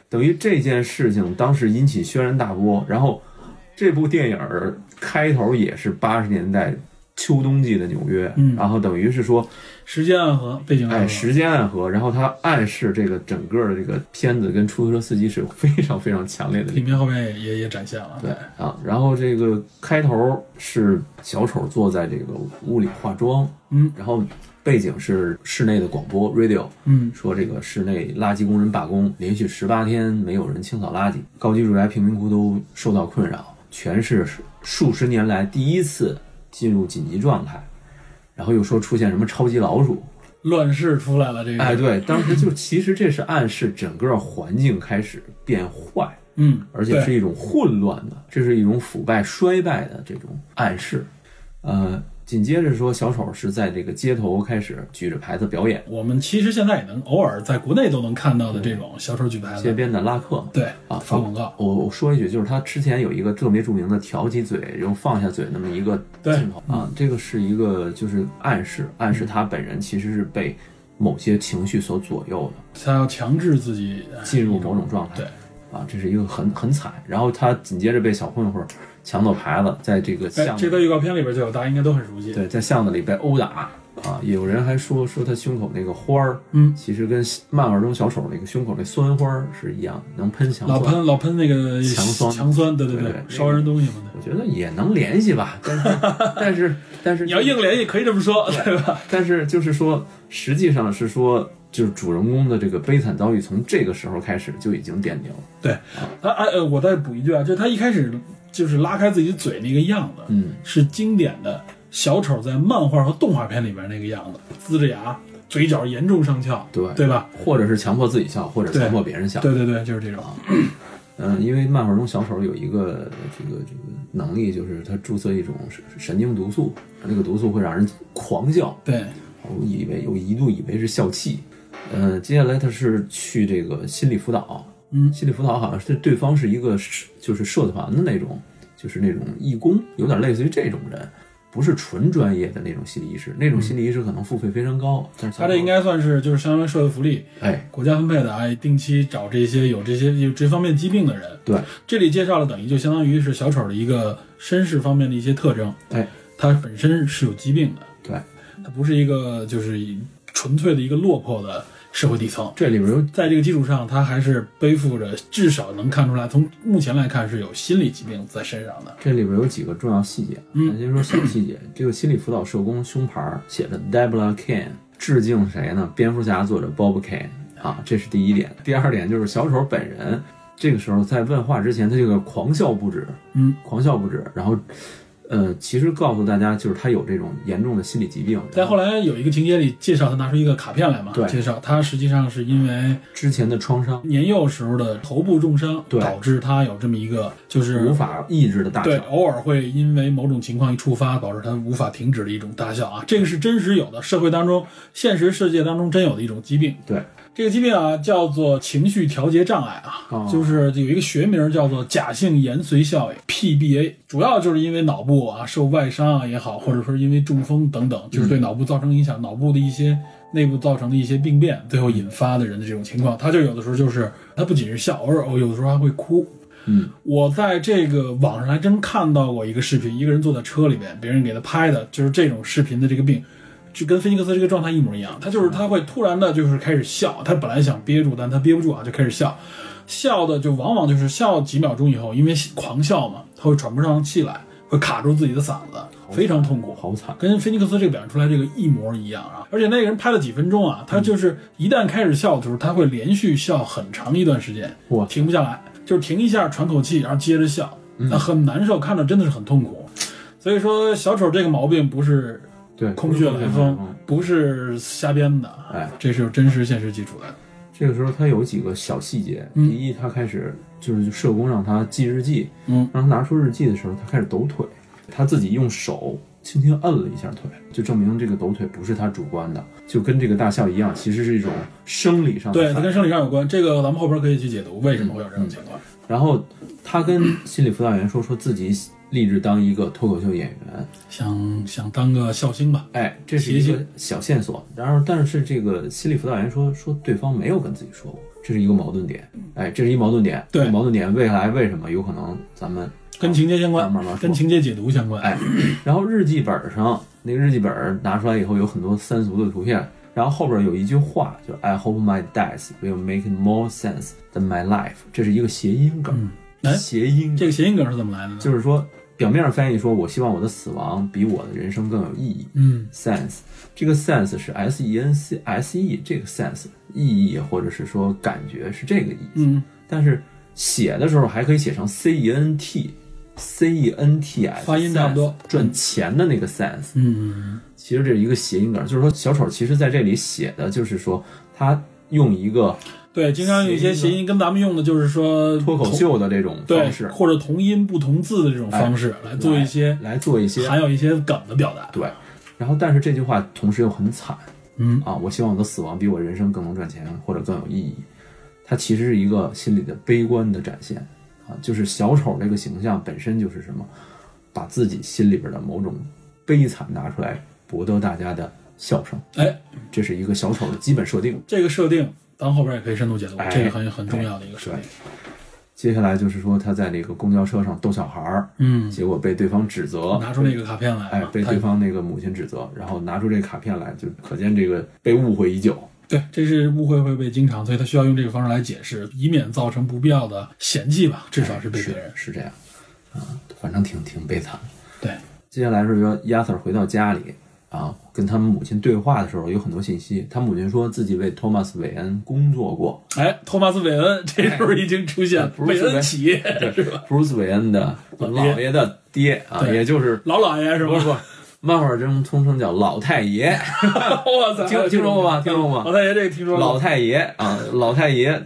等于这件事情当时引起轩然大波。然后这部电影儿开头也是八十年代秋冬季的纽约，嗯然后等于是说，时间暗合，背景暗啊合，哎，时间暗合，然后它暗示这个整个的这个片子跟出租车司机是有非常非常强烈的里联系。面后面也也也展现了，对啊，然后这个开头是小丑坐在这个屋里化妆，嗯然后背景是室内的广播 radio，嗯，说这个室内垃圾工人罢工，连续十八天没有人清扫垃圾，高级住宅贫民窟都受到困扰，全市数十年来第一次进入紧急状态。然后又说出现什么超级老鼠，乱世出来了这个，哎，，对，当时就其实这是暗示整个环境开始变坏，嗯，而且是对一种混乱的，这是一种腐败衰败的这种暗示。呃，紧接着说小丑是在这个街头开始举着牌子表演，我们其实现在也能偶尔在国内都能看到的这种小丑举牌嗯街子，边的拉客嘛，对啊发广告，我我说一句，就是他之前有一个特别著名的挑起嘴又放下嘴那么一个对嗯镜头啊，这个是一个就是暗示，暗示他本人其实是被某些情绪所左右的，他要强制自己哎进入某种状态。对。啊，这是一个很很惨，然后他紧接着被小混混抢走牌子，在这个哎，巷这子段预告片里边就有，大家应该都很熟悉。，对，在巷子里被殴打啊，有人还说说他胸口那个花儿，嗯，其实跟漫画中小丑那个胸口那酸花儿是一样，能喷强老酸。喷老喷那个强酸强酸，对对对对对烧人东西嘛。对我觉得也能联系吧，但是但是但是你要硬联系可以这么说，对吧？但是就是说，实际上是说，就是主人公的这个悲惨遭遇从这个时候开始就已经奠定了。对，他 哎呃，我再补一句啊，就是他一开始就是拉开自己嘴那个样子，嗯，是经典的小丑在漫画和动画片里边那个样子，呲着牙，嘴角严重上翘，对对吧？或者是强迫自己笑，或者对强迫别人笑。对对对，就是这种，啊嗯，因为漫画中小丑有一个这个这个能力，就是他注射一种神神经毒素，那个毒素会让人狂笑。对，我以为有一度以为是笑气。嗯，接下来他是去这个心理辅导，嗯心理辅导好像是对方是一个社就是社团的那种，就是那种义工，有点类似于这种人，不是纯专业的那种心理医师，那种心理医师可能付费非常高，但嗯是他这应该算是就是相当于社会福利，哎国家分配的，哎，定期找这些有这些有这方面疾病的人。对这里介绍了，等于就相当于是小丑的一个身世方面的一些特征，哎他本身是有疾病的，对，他不是一个就是纯粹的一个落魄的社会底层。这里边有在这个基础上，他还是背负着，至少能看出来，从目前来看是有心理疾病在身上的。这里边有几个重要细节，嗯咱先说小细节。这个心理辅导社工胸牌儿写的 Deborah Kane，致敬谁呢？蝙蝠侠作者 Bob Kane 啊，这是第一点。第二点就是小丑本人，这个时候在问话之前，他这个狂笑不止，嗯，狂笑不止，然后呃，其实告诉大家就是他有这种严重的心理疾病。在后来有一个情节里介绍他拿出一个卡片来嘛，对介绍他实际上是因为之前的创伤年幼时候的头部重伤，对导致他有这么一个就是无法抑制的大对伤，偶尔会因为某种情况一触发，导致他无法停止的一种大笑啊，这个是真实有的，社会当中、现实世界当中真有的一种疾病。对，这个疾病啊，叫做情绪调节障碍啊，哦就是有一个学名叫做假性延髓效应 （PBA），主要就是因为脑部啊受外伤啊也好，或者说因为中风等等，就是对脑部造成影响，脑部的一些内部造成的一些病变，最后引发的人的这种情况，他就有的时候就是他不仅是笑，偶尔偶有的时候还会哭。嗯，我在这个网上还真看到过一个视频，一个人坐在车里面，别人给他拍的，就是这种视频的这个病，就跟菲尼克斯这个状态一模一样。他就是他会突然的，就是开始笑，他本来想憋住，但他憋不住啊，就开始笑，笑的就往往就是笑几秒钟以后，因为狂笑嘛，他会喘不上气来，会卡住自己的嗓子，非常痛苦。好惨，哦跟菲尼克斯这个表现出来这个一模一样啊！而且那个人拍了几分钟啊，他就是一旦开始笑的时候，他会连续笑很长一段时间，哇停不下来，就是停一下喘口气，然后接着笑，嗯那很难受，看着真的是很痛苦。所以说，小丑这个毛病不是对，空穴来风嗯，不是瞎编的，哎，这是有真实现实基础的。这个时候他有几个小细节，嗯第一，他开始就是社工让他记日记，嗯，让他拿出日记的时候，他开始抖腿，他自己用手轻轻摁了一下腿，就证明这个抖腿不是他主观的，就跟这个大笑一样，其实是一种生理上的对，反它应跟生理上有关，这个咱们后边可以去解读为什么会有这种情况。然后他跟心理辅导员说，说自己立志当一个脱口秀演员。想想当个笑星吧，哎，这是一谐个星小线索。然后，但是这个心理辅导员说，说对方没有跟自己说过，这是一个矛盾点。哎，这是一矛盾点。嗯对这矛盾点未来为什么有可能咱们跟情节相关，慢慢说跟情节解读相关。哎，然后日记本上那个日记本拿出来以后，有很多三俗的图片，然后后边有一句话，就是 I hope my death will make more sense than my life，这是一个谐音梗嗯，哎谐音这梗个谐音梗是怎么来的呢？就是说表面上翻译说我希望我的死亡比我的人生更有意义。嗯 sense 这个 sense 是 s e n c s e 这个 sense 意义或者是说感觉是这个意思，嗯，但是写的时候还可以写成 c e n t c e n t s，发音差不多赚钱的那个 sense，嗯，其实这是一个谐音梗，就是说小丑其实在这里写的就是说他用一个对，经常有一些谐谐音音跟咱们用的就是说脱口秀的这种同方对式，哎或者同音不同字的这种方式来做一些来做一些含有一些梗的表达。对，然后但是这句话同时又很惨，嗯啊，我希望我的死亡比我人生更能赚钱或者更有意义。它其实是一个心理的悲观的展现啊，就是小丑这个形象本身就是什么，把自己心里边的某种悲惨拿出来博得大家的笑声，哎，这是一个小丑的基本设定。这个设定，咱后边也可以深度解读哎，这个很很重要的一个设定。接下来就是说他在那个公交车上逗小孩儿，嗯，结果被对方指责，拿出那个卡片来哎嘛，被他对方那个母亲指责，然后拿出这卡片来，就可见这个被误会已久。对，这是误会会被经常，所以他需要用这个方式来解释，以免造成不必要的嫌弃吧，至少是被是别人。是这样啊，反正挺挺悲惨的。对，接下来是说亚瑟回到家里啊，跟他们母亲对话的时候有很多信息。他母亲说自己为托马斯·韦恩工作 过，哎，托马斯·韦恩这时候已经出现哎了不是韦韦恩起，对，布鲁斯·韦恩的老老爹爷的爹啊，对也就是老老爷是吧？不不，漫画中通称叫老太爷。 我操，听听说过吗听说过吗老太爷这个听说过，老太爷啊，老太爷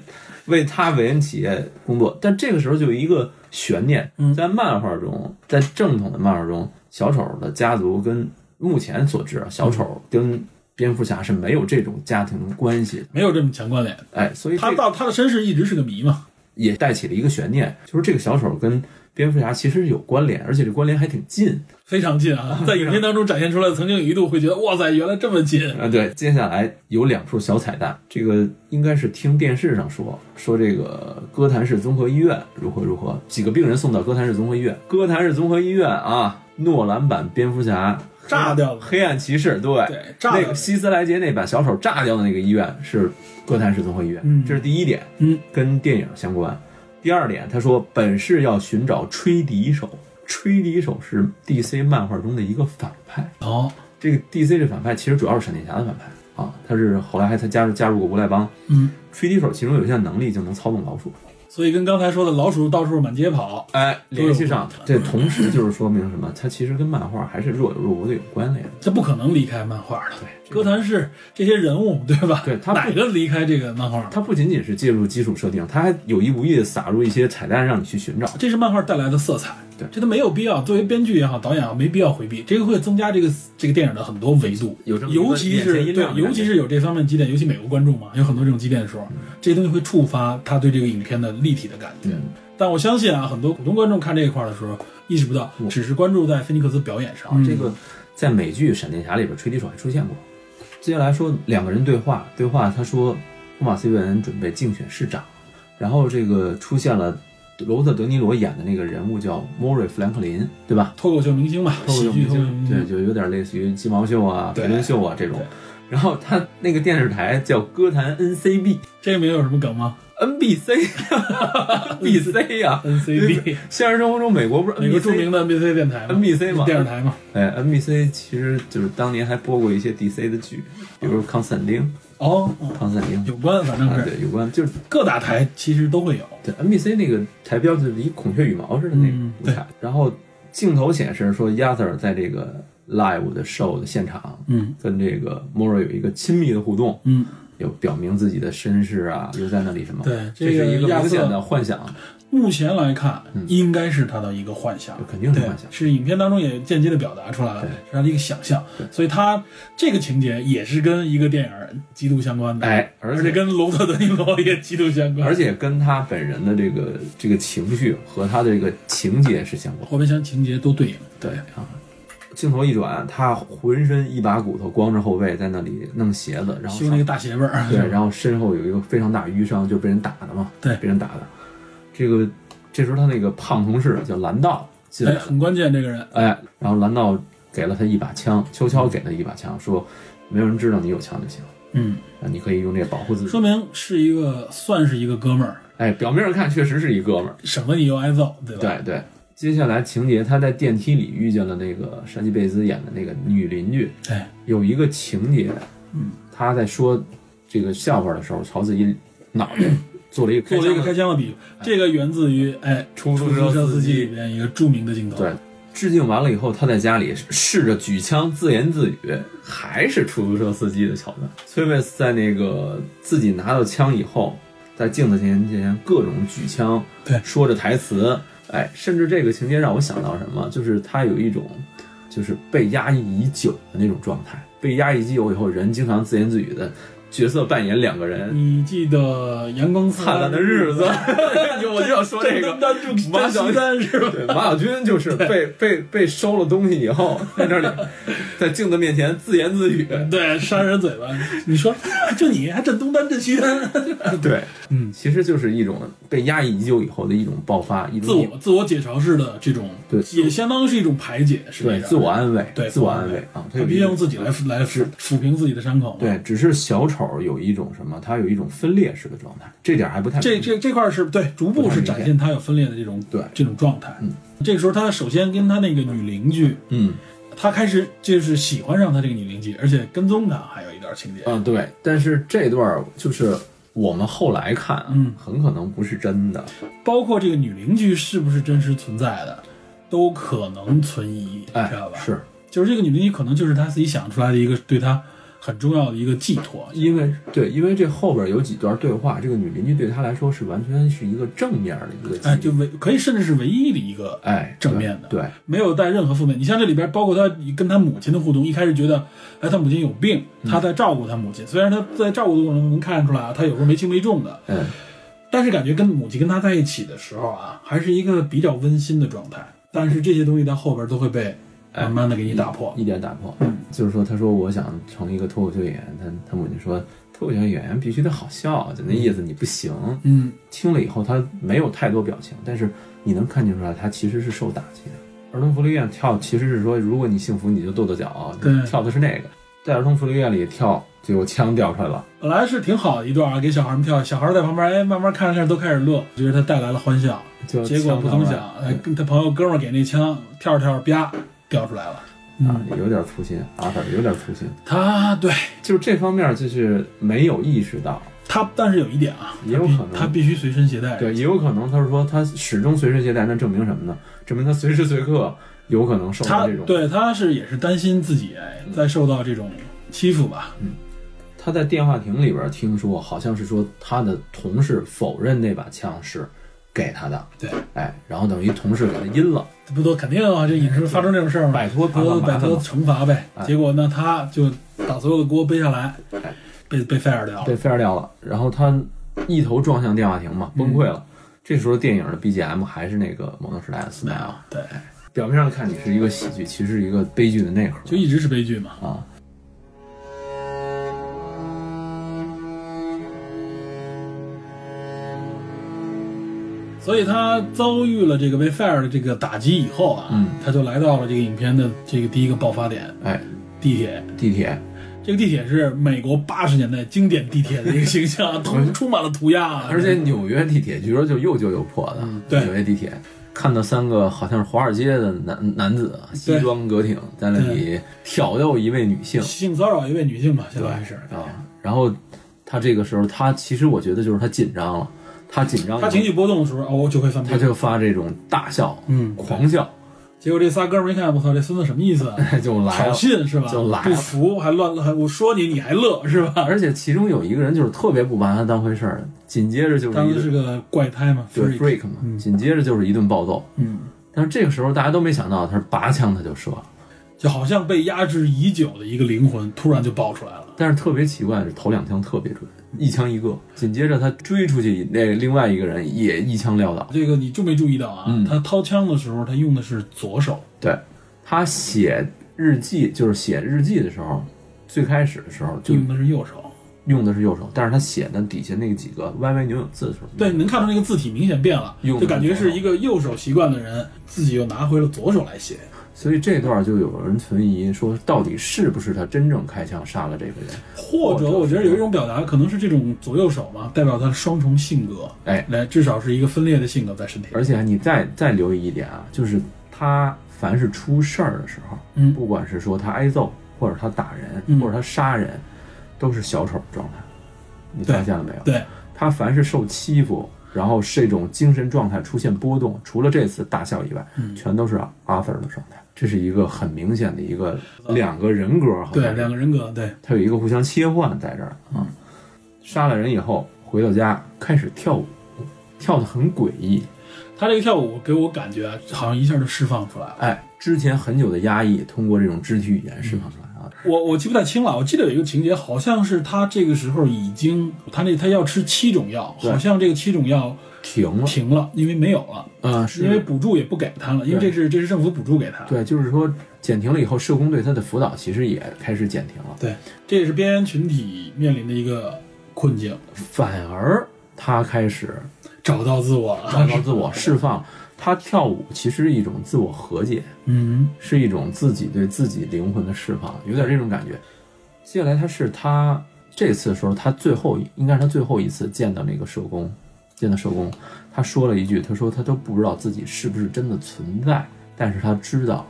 为他韦恩企业工作，但这个时候就有一个悬念，在漫画中，在正统的漫画中，小丑的家族跟目前所知啊，小丑跟蝙蝠侠是没有这种家庭关系的，没有这么强关联。哎，所以他这到他的身世一直是个谜嘛。也带起了一个悬念，就是这个小丑跟蝙蝠侠其实是有关联，而且这关联还挺近非常近 啊，在影片当中展现出来，曾经有一度会觉得哇塞，原来这么近。啊。对，接下来有两处小彩蛋，这个应该是听电视上说说这个哥谭市综合医院如何如何，几个病人送到哥谭市综合医院，哥谭市综合医院啊，诺兰版蝙蝠侠炸掉了黑暗骑士，对，对炸掉那了个希斯莱杰那版小丑炸掉的那个医院是哥谭市综合医院，嗯这是第一点，嗯，跟电影相关。第二点，他说本是要寻找吹笛手，吹笛手是 DC 漫画中的一个反派。哦，这个 DC 这反派其实主要是闪电侠的反派啊，他是后来还才加入加入过无赖帮。嗯，吹笛手其中有一项能力就能操纵老鼠，所以跟刚才说的老鼠到处满街跑，哎，联系上都有，这同时就是说明什么？它其实跟漫画还是若有若无的有关联的。这不可能离开漫画的。对哥谭市这些人物，对吧？对他不哪个离开这个漫画了？它不仅仅是介入基础设定，它还有意无意的撒入一些彩蛋让你去寻找。这是漫画带来的色彩。对这都没有必要。作为编剧也好，导演也好，没必要回避，这个会增加这个这个电影的很多维度。有这么一个尤其眼前一是对亮，的尤感觉嗯其是有这方面积淀，尤其美国观众嘛，有很多这种积淀的时候，这些东西会触发他对这个影片的立体的感嗯觉。但我相信啊，很多普通观众看这一块的时候，意识不到，嗯只是关注在菲尼克斯表演上。这个在美剧《闪电侠》里边，吹笛手还出现过。接下来说两个人对话，对话他说，托马斯·韦恩准备竞选市长，然后这个出现了罗伯特·德尼罗演的那个人物叫莫瑞·弗兰克林，对吧？脱口秀明星嘛，喜剧脱嗯口秀明星对，就有点类似于鸡毛秀啊、对皮伦秀啊这种对。然后他那个电视台叫歌坛 NCB。这个名有什么梗 吗 NBC，NBC 呀 NCB 啊现实生活中美国不是 美国著 NBC 名的 NBC 电台嘛 NBC 嘛电视台嘛，哎，NBC 其实就是当年还播过一些 DC 的剧，比如《康斯坦丁》哦，嗯《康斯坦丁有关，反》正啊，是对，有关就是各大台其实都会有。对 NBC 那个台标就是一孔雀羽毛似的那嗯种舞台，然后镜头显示说亚瑟在这个 live 的 show 的现场，嗯跟这个莫瑞有一个亲密的互动，嗯，有表明自己的身世啊，留在那里什么，对这是一这个个亚明瑟显的嗯幻想，目前来看，应该是他的一个幻想，肯定是对幻想是影片当中也间接的表达出来了，对是他的一个想象。所以他这个情节也是跟一个电影极度相关的，哎，而而且跟罗伯特·德尼罗也极度相关。而且跟他本人的这个这个情绪和他的这个情节是相关。后边相情节都对应，嗯对啊，镜头一转，他浑身一把骨头，光着后背在那里弄鞋子，然后修那个大鞋背儿，对，然后身后有一个非常大淤伤，就被人打的嘛，对被人打的。这个这时候他那个胖同事叫蓝道进来哎，了，很关键这个人。哎，然后蓝道给了他一把枪，悄悄给了一把枪，说没有人知道你有枪就行，嗯，啊，你可以用这个保护自己说。明是一个算是一个哥们儿，哎，表面上看确实是一哥们儿。省得你又挨揍，对吧？对对，接下来情节，他在电梯里遇见了那个山崎贝兹演的那个女邻居，对，有一个情节，嗯，他在说这个笑话的时候，朝自己脑袋做了一个做了一个开开箱的比喻，这个源自于哎出租出车租车司司机机里边一个著名的镜头，对，。致敬完了以后，他在家里试着举枪自言自语，还是出租车司机的桥段。崔贝斯在那个自己拿到枪以后，在镜子前前各种举枪，对说着台词，哎，甚至这个情节让我想到什么，就是他有一种就是被压抑已久的那种状态。被压抑已久以后，人经常自言自语的角色扮演两个人你记得阳光灿烂的日子， 我就要说这个正。当正马正西小单是 吧？对，马小军就是被被被收了东西以后，在那里在镜子面前自言自语。对，扇人嘴巴。你说，就你还震东单震西单， 对，嗯，其实就是一种被压抑已久以后的一种爆发，一种自我自我解嘲式的这种，嗯对也相当于是一种排解，是对自我安慰，对自我安慰啊，他必须用自己来来抚抚平自己的伤口。，对，只是小丑有一种什么，他有一种分裂式的状态，这点还不太这明显这这块是对，逐步是展现他有分裂的这种对这种状态。这个时候，他首先跟他那个女邻居，嗯他开始就是喜欢上他这个女邻居，而且跟踪他，还有一段情节。嗯对，但是这段儿就是我们后来看啊，嗯很可能不是真的，包括这个女邻居是不是真实存在的，都可能存疑，哎知道，吧？，是就是这个女邻居可能就是她自己想出来的一个对她很重要的一个寄托。因为对，因为这后边有几段对话，这个女邻居对他来说是完全是一个正面的一个激励，哎，就唯可以甚至是唯一的一个哎正面的，对，对没有带任何负面。你像这里边包括她跟她母亲的互动，一开始觉得，哎，她母亲有病，她在照顾她母亲。虽然她在照顾的过程中能看出来啊，她有时候没轻没重的，嗯，但是感觉跟母亲跟她在一起的时候啊，还是一个比较温馨的状态。但是这些东西到后边都会被慢慢的给你打破。一点打破，嗯就是说，他说我想成一个脱口秀演员，他他母亲说脱口秀演员必须得好笑，啊就那意思你不行。嗯，听了以后，他没有太多表情，但是你能看见出来，他其实是受打击的。儿童福利院跳其实是说，如果你幸福，你就跺跺脚，啊对跳的是那个。在儿童福利院里跳，就有枪掉出来了，本来是挺好的一段啊，给小孩们跳，小孩在旁边哎，慢慢看着看着都开始乐，觉得他带来了欢笑。就结果枪不掉出曾来想，哎，跟他朋友哥们儿给那枪跳着跳着啪掉出来了。啊，嗯有点粗心，阿 r 有点粗心，他对就是这方面就是没有意识到，他但是有一点啊，也他有必可能他必须随身携带。对，也有可能他是说他始终随身携带，那证明什么呢？证明他随时随刻有可能受到他这种。，对他是也是担心自己哎再受到这种欺负吧，嗯他在电话亭里边听说，好像是说他的同事否认那把枪是给他的，对，哎，然后等于同事给他阴了，不都肯定啊？这影视发生这种事儿嘛，摆脱不都摆麻烦脱嘛，惩罚呗。哎结果呢，他就把所有的锅背下来哎，被被 fire 掉了。被 fire 掉了，然后他一头撞向电话亭嘛，崩溃了。嗯这时候电影的 BGM 还是那个《摩登时代》的 Smile，对，表面上看你是一个喜剧，其实是一个悲剧的内核。就一直是悲剧嘛。啊。所以他遭遇了这个被 fire 的这个打击以后啊，嗯他就来到了这个影片的这个第一个爆发点哎， ——地铁。地铁，这个地铁是美国八十年代经典地铁的一个形 象，涂充满了涂鸦啊，嗯而且纽约地铁据说就又旧又破的。嗯对纽约地铁看到三个好像是华尔街的男男子啊，西装革挺，在那里挑逗一位女性性骚扰一位女性嘛，现在是啊。然后他这个时候，他其实我觉得就是他紧张了，他紧张，他情绪波动的时候，哦，就会犯他病。就发这种大笑，嗯狂笑， 结果这仨哥们儿一看，我操，这孙子什么意思啊？就来挑了。衅是吧？就来了不服还乱还我说你你还乐是吧？而且其中有一个人就是特别不把他当回事儿，紧接着就是当一时是顿个怪胎嘛对 freak freak 嘛，紧接着就是一顿暴揍。嗯，但是这个时候大家都没想到，他是拔枪他就射了。就好像被压制已久的一个灵魂突然就爆出来了。但是特别奇怪的是，头两枪特别准，一枪一个。紧接着他追出去，那另外一个人也一枪撂倒。这个你注没注意到啊？嗯他掏枪的时候，他用的是左手，对他写日记，就是写日记的时候，最开始的时候就用的是右手。用的是右手，但是他写的底下那几个歪歪扭扭字的时候，对，你能看出那个字体明显变了，用的就感觉是左是手一个右手习惯的人，自己又拿回了左手来写。所以这段就有人存疑，说到底是不是他真正开枪杀了这个人？或者我觉得有一种表达，可能是这种左右手嘛，代表他的双重性格，哎来至少是一个分裂的性格在身体里。而且你再再留意一点啊，就是他凡是出事儿的时候，嗯不管是说他挨揍，或者他打人，嗯或者他杀人，都是小丑状态。你对发现了没有？对，他凡是受欺负，然后这种精神状态出现波动，除了这次大笑以外，嗯全都是阿 Sir 的状态。这是一个很明显的一个两个人格，好像对，是两个人嗯格，对，他有一个互相切换在这儿啊。杀了人以后回到家开始跳舞，跳得很诡异，他这个跳舞给我感觉好像一下就释放出来了。哎，之前很久的压抑通过这种肢体语言释放出来啊。我我记不太清了，我记得有一个情节，好像是他这个时候已经，他那他要吃七种药，对好像这个七种药停了，停了，因为没有了，啊，因为是，补助也不给他了，因为这是这是政府补助给他。对，就是说减停了以后，社工对他的辅导其实也开始减停了，对，这也是边缘群体面临的一个困境，反而他开始找到自我了。找到自我，释放。他跳舞其实是一种自我和解，嗯，是一种自己对自己灵魂的释放，有点这种感觉。接下来他是他这次的时候，他最后一应该是他最后一次见到那个社工，见到社工，他说了一句，他说他都不知道自己是不是真的存在，但是他知道，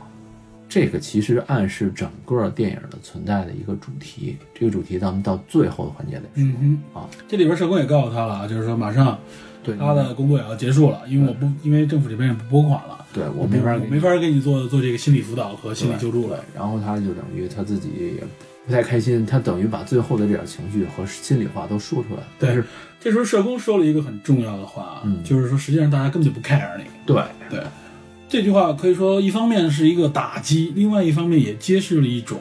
这个其实暗示整个电影的存在的一个主题。这个主题咱们到最后的环节里说。嗯哼啊，这里边社工也告诉他了啊，就是说马上对，他的工作也要结束了，因为我不因为政府这边也不拨款了，对我没法我给你没法给你做做这个心理辅导和心理救助对了。，然后他就等于他自己也不太开心，他等于把最后的这点情绪和心里话都说出来了。但对是，这时候社工说了一个很重要的话，嗯就是说实际上大家根本就不 care 你。对，对，这句话可以说一方面是一个打击，另外一方面也揭示了一种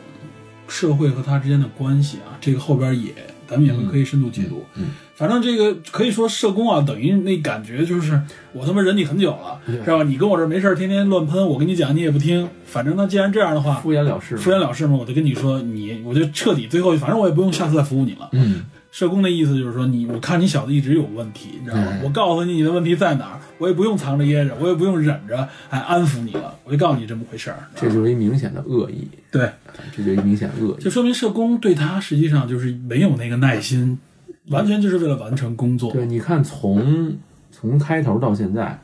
社会和他之间的关系啊。这个后边也咱们也会可以深度解读。嗯嗯反正这个可以说社工啊，等于那感觉就是我他妈忍你很久了，是吧？你跟我这儿没事儿天天乱喷，我跟你讲你也不听。反正呢，既然这样的话，敷衍了事，敷衍了事嘛，我就跟你说，你我就彻底最后，反正我也不用下次再服务你了。嗯，社工的意思就是说，你我看你小子一直有问题，你知道吗？嗯我告诉你你的问题在哪儿，我也不用藏着掖着，我也不用忍着，哎，安抚你了，我就告诉你这么回事儿。这就是一明显的恶意，对，这就是一明显的恶就意。说明社工对他实际上就是没有那个耐心，完全就是为了完成工作。嗯对，你看从从开头到现在，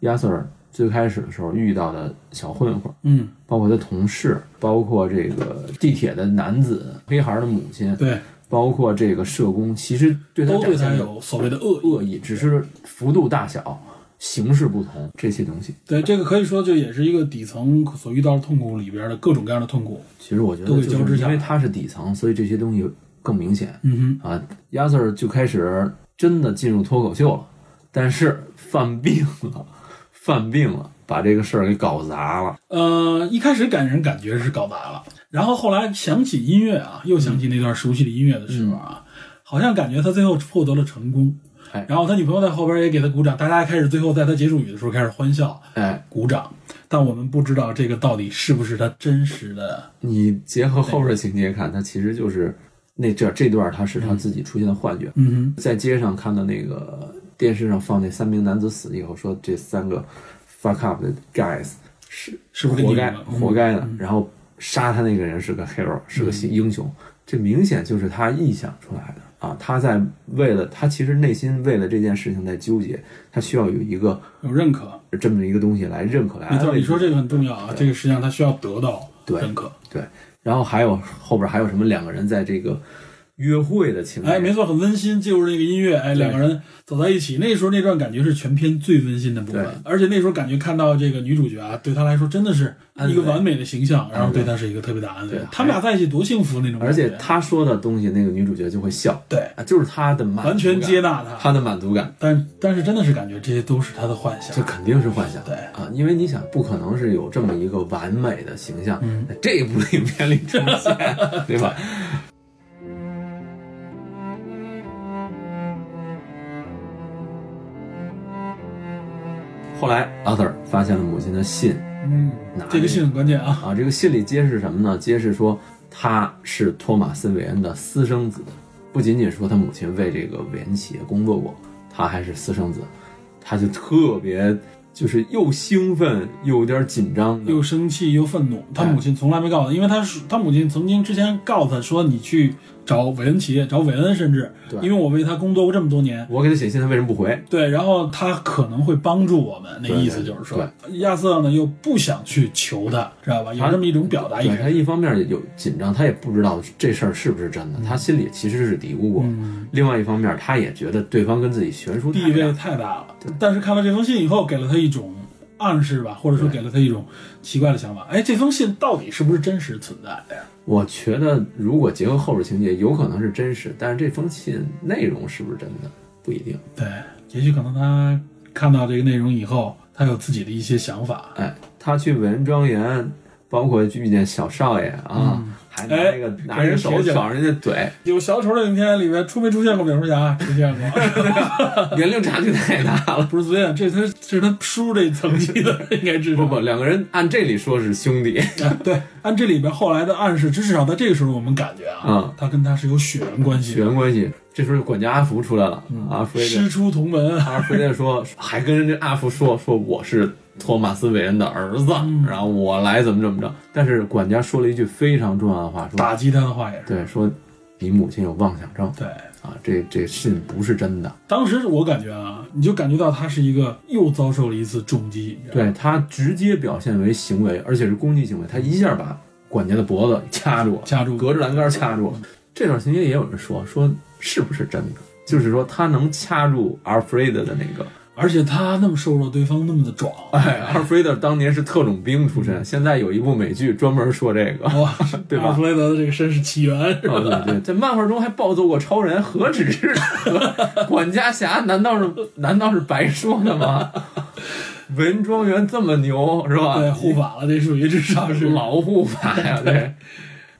亚瑟尔最开始的时候遇到的小混混，嗯，包括他同事，包括这个地铁的男子、黑孩儿的母亲，对，包括这个社工，其实对他都对展他现的有所谓的恶意。恶意，只是幅度大小、形式不同这些东西。对，这个可以说就也是一个底层所遇到的痛苦里边的各种各样的痛苦。其实我觉得都会就交织是下因来为它是底层，所以这些东西更明显嗯啊。亚瑟就开始真的进入脱口秀了，但是犯病了， 犯病了，把这个事儿给搞砸了。哼，呃，一开始感人感觉是搞砸了，然后后来想起音乐啊，又想起那段熟悉的音乐的时候啊，好像感觉他最后获得了成功嗯哎。然后他女朋友在后边也给他鼓掌，大家开始最后在他结束语的时候开始欢笑哎，鼓掌，但我们不知道这个到底是不是他真实的。你结合后边情节看，它其实就是那这这段，它是他自己出现的幻觉。嗯哼，在街上看到那个电视上放那三名男子死以后，说这三个 fuck up 的 guys 是是不是跟活你嗯该们活该的，然后杀他那个人是个嗯 hero，是个英雄，这明显就是他臆想出来的啊！他在为了他其实内心为了这件事情在纠结，他需要有一个有认可，这么一个东西来认可来没安错，慰你自己说这个很重要啊，这个实际上他需要得到对认可。对，然后还有后边还有什么两个人在这个约会的情节，哎，没错，很温馨，就是那个音乐，哎，两个人走在一起，那时候那段感觉是全片最温馨的部对分，而且那时候感觉看到这个女主角啊，对她来说真的是一个安慰完美的形象，然后慰对她是一个特别大安慰对。他们俩在一起多幸福那种感而觉，且他说的东西，那个女主角就会笑，对啊，就是他的满足感完全接纳她，他的满足感，但但是真的是感觉这些都是她的幻这想，肯定是幻想。对啊，因为你想，不可能是有这么一个完美的形象在这部影片里出现， 对吧？后来，阿 Sir 发现了母亲的信嗯哪，这个信很关键啊，啊，这个信里揭示什么呢？揭示说他是托马斯·韦恩的私生子，不仅仅说他母亲为这个韦恩企业工作过，他还是私生子，他就特别就是又兴奋又有点紧张的又生气又愤怒。他母亲从来没告诉他，因为他是他母亲曾经之前告诉他说，你去找韦恩企业，找韦恩，甚至对因为我为他工作过这么多年，我给他写信，他为什么不回？对，然后他可能会帮助我们，那对意思就是说，亚瑟呢又不想去求他，知道吧？有他这么一种表达意对他识。一方面也有紧张，他也不知道这事儿是不是真的，他心里其实是嘀咕过。另外一方面，他也觉得对方跟自己悬殊太地位远。太大了，但是看了这封信以后，给了他一种暗示吧，或者说给了他一种奇怪的想法。哎，这封信到底是不是真实存在的呀？我觉得如果结合后边情节，有可能是真实，但是这封信内容是不是真的不一定。对，也许可能他看到这个内容以后，他有自己的一些想法。哎，他去文庄园，包括遇见小少爷啊，还拿那个、嗯哎拿着手哎给人撇起来挑人家嘴，有小丑的影片里面出没出现过蝙蝠侠？出现 过， 年龄差距太大了。不是昨天，这他这是他叔这层级的，应该知道不。不，两个人按这里说是兄弟， 啊，对，按这里边后来的暗示，至少在这个时候我们感觉啊，嗯他跟他是有血缘关系血的，缘关系。这时候管家阿福出来了，嗯阿福也师得出同门啊。阿福也得说，还跟人家阿福说说我是托马斯韦恩的儿子，嗯然后我来怎么怎么着。但是管家说了一句非常重要的话，说打击他的话也是，对说你母亲有妄想症对，啊，这这信不是真的。当时我感觉啊，你就感觉到他是一个又遭受了一次重击，你知道吗对他直接表现为行为，而且是攻击行为，他一下把管家的脖子掐住了，掐住隔着栏杆掐住了。这段情节也有人说，说是不是真的？就是说他能掐住 Alfred 的那个，而且他那么瘦弱，对方那么的壮，哎，Alfred 当年是特种兵出身，现在有一部美剧专门说这个。哇， 对吧阿弗雷德的这个身世起 源是吧？哦对对，在漫画中还暴揍过超人，何止是管家侠？难道是难道是白说的吗？文庄园这么牛是吧？对，护法了，这属于至少是老护法呀，对，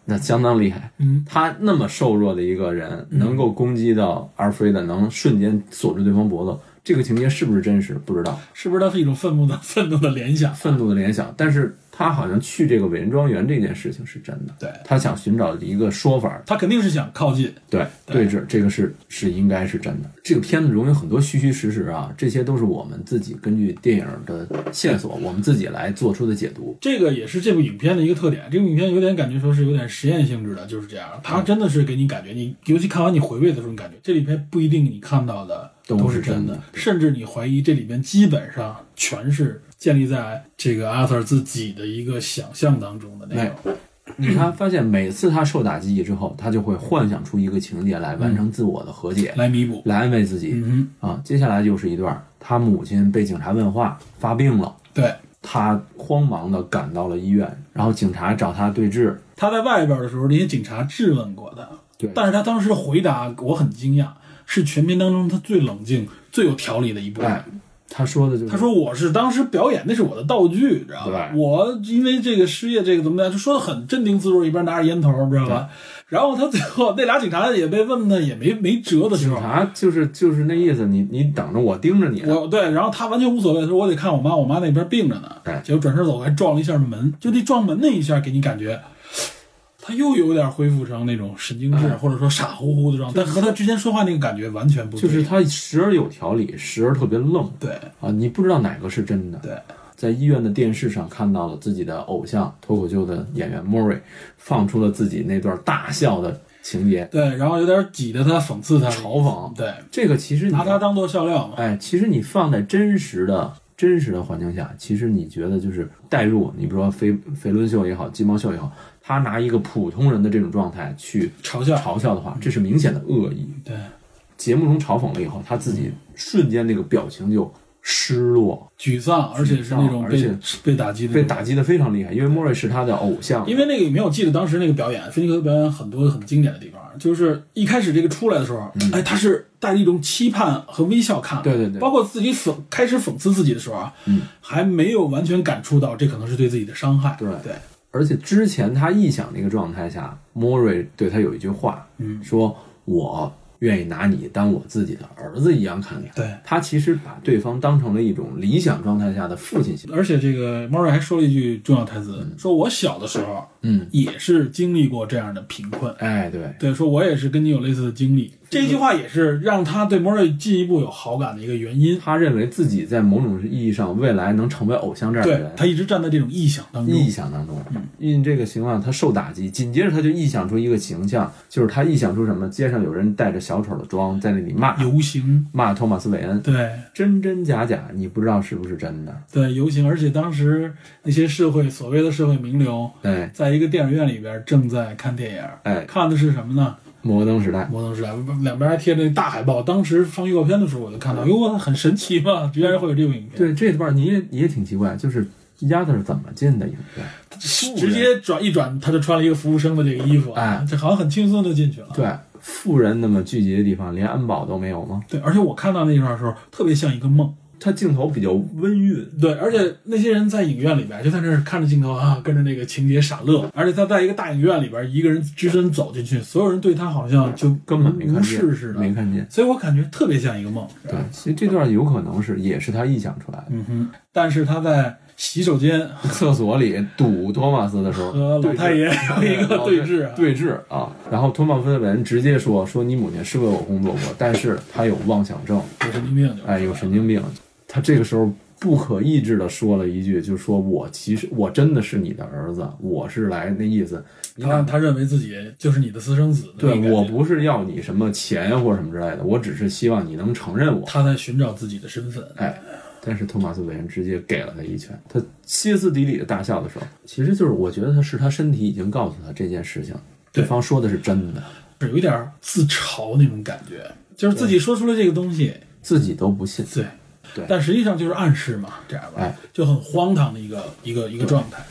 那相当厉害。嗯，他那么瘦弱的一个人，能够攻击到阿尔弗雷德，能瞬间锁住对方脖子，这个情节是不是真实？不知道，是不是他是一种愤怒的 愤怒的联想？愤怒的联想。但是他好像去这个韦恩庄园这件事情是真的，对他想寻找一个说法，他肯定是想靠近，对对峙，这个是是应该是真的。这个片子中有很多虚虚实实啊，这些都是我们自己根据电影的线索，我们自己来做出的解读。这个也是这部影片的一个特点。这部影片有点感觉说是有点实验性质的，就是这样。嗯它真的是给你感觉，你尤其看完你回味的时候，你感觉这里边不一定你看到的都都是是真真的的，甚至你怀疑这里边基本上全是建立在这个阿 Sir 自己的一个想象当中的内容。你看，发现每次他受打击之后，他就会幻想出一个情节来完成自我的和解，来弥补。来安慰自己。嗯啊，接下来就是一段他母亲被警察问话，发病了，哼，对，他慌忙的赶到了医院，然后警察找他对质，他在外边的时候，那些警察质问过他，对但是他当时的回答我很惊讶，是全片当中他最冷静、最有条理的一部分。哎，他说的就是他说我是当时表演，那是我的道具，知道吧？对我因为这个失业，这个怎么样，就说的很镇定自若，一边拿着烟头，知道吧？然后他最后那俩警察也被问的也没没辙的时警候，察就是就是那意思，你你等着我盯着你呢，我对，然后他完全无所谓，他说我得看我妈，我妈那边病着呢对。结果转身走开，撞了一下门，就那撞门那一下，给你感觉。他又有点恢复成那种神经质、哎或者说傻乎乎的状态，但和他之前说话那个感觉完全不就是对他时而有条理，时而特别愣对啊，你不知道哪个是真的。对，在医院的电视上看到了自己的偶像脱口秀的演员莫瑞，放出了自己那段大笑的情节，对，然后有点挤得他讽刺他嘲讽对，这个其实你拿他当做笑料嘛。哎，其实你放在真实的、真实的环境下，其实你觉得就是代入，你比如说肥肥伦秀也好，鸡毛秀也好，他拿一个普通人的这种状态去嘲笑嘲笑的话，这是明显的恶意。对，节目中嘲讽了以后，他自己嗯瞬间那个表情就失落，沮丧，而且是那种而被且被打击的那被种打击的非常厉害，因为莫瑞是他的偶像。因为那个里面我记得当时那个表演，菲尼克斯表演很多很经典的地方，就是一开始这个出来的时候，哎，他是带着一种期盼和微笑看的，嗯对对对包括自己讽开始讽刺自己的时候啊，嗯，还没有完全感触到这可能是对自己的伤害，对对，而且之前他臆想那个状态下，莫瑞对他有一句话，嗯，说我愿意拿你当我自己的儿子一样看待。对他其实把对方当成了一种理想状态下的父亲形象。而且这个 m u r r 还说了一句重要台词，说我小的时候，嗯，也是经历过这样的贫困，哎，对，对，说我也是跟你有类似的经历。这句话也是让他对 m u r r 进一步有好感的一个原因。他认为自己在某种意义上未来能成为偶像这样的对人。他嗯一直站在这种臆想当中，臆想当中，因这个情况他受打击，紧接着他就臆想出一个形象，就是他臆想出什么？街上有人带着小丑的妆在那里骂游行，骂托马斯韦恩，对真真假假，你不知道是不是真的。对游行，而且当时那些社会所谓的社会名流，对，在一个电影院里边正在看电影，哎看的是什么呢？摩登时代《摩登时代》两边还贴着那大海报。当时放预告片的时候，我就看到，哟，很神奇嘛，居然会有这种影片，嗯对这段你也你也挺奇怪，就是丫头是怎么进的影院？直接转一转，他就穿了一个服务生的这个衣服，啊哎这好像很轻松就进去了。对，富人那么聚集的地方，连安保都没有吗？对，而且我看到那段的时候，特别像一个梦。它镜头比较温韵，对，而且那些人在影院里边就在那儿看着镜头啊，跟着那个情节傻乐。而且他在一个大影院里边，一个人只身走进去，所有人对他好像就根嗯本没看无见，视似的，没看见。所以我感觉特别像一个梦。对，所以这段有可能是也是他臆想出来的。嗯哼。但是他在洗手间厕所里堵托马斯的时候，和老对峙太爷有一个 对峙啊，对峙啊。然后托马斯文直接说说你母亲是为我工作过，但是她有妄想症，有神经病就是。哎，有神经病。他这个时候不可抑制的说了一句，就说我其实我真的是你的儿子，我是来那意思，你他哪他认为自己就是你的私生子，那对个感觉我不是要你什么钱或者什么之类的，我只是希望你能承认我。他在寻找自己的身份。哎，但是托马斯韦恩直接给了他一拳，他歇斯底里的大笑的时候，其实就是我觉得他是他身体已经告诉他这件事情，对对方说的是真的，是有一点自嘲那种感觉，就是自己说出了这个东西，自己都不信。对，对但实际上就是暗示嘛，这样吧，哎就很荒唐的一个一个一个状态，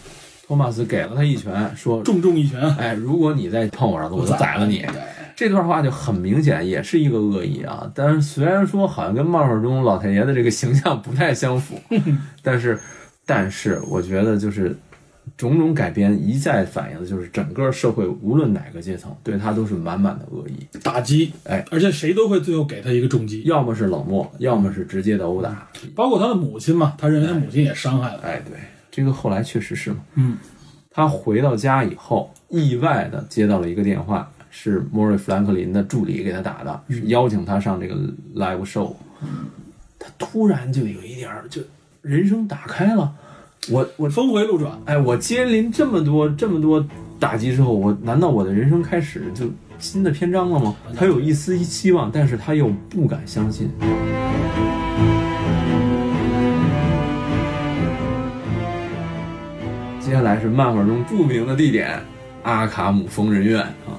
托马斯给了他一拳，说重重一拳，哎，如果你再碰我儿子，我就宰了你。这段话就很明显，也是一个恶意啊。但是虽然说好像跟漫画中老太爷的这个形象不太相符，但是，但是我觉得就是种种改编一再反映的就是整个社会无论哪个阶层对他都是满满的恶意，打击，哎，而且谁都会最后给他一个重击，要么是冷漠，要么是直接的殴打。包括他的母亲嘛，他认为他母亲也伤害了，哎，对，这个后来确实是嘛。嗯，他回到家以后，意外的接到了一个电话，是莫瑞·弗兰克林的助理给他打的，是邀请他上这个 live show。他嗯突然就有一点儿，就人生打开了。我我峰回路转，哎，我接连这么多这么多打击之后，我难道我的人生开始就新的篇章了吗？他有一丝希望，但是他又不敢相信。接下来是漫画中著名的地点阿卡姆疯人院啊，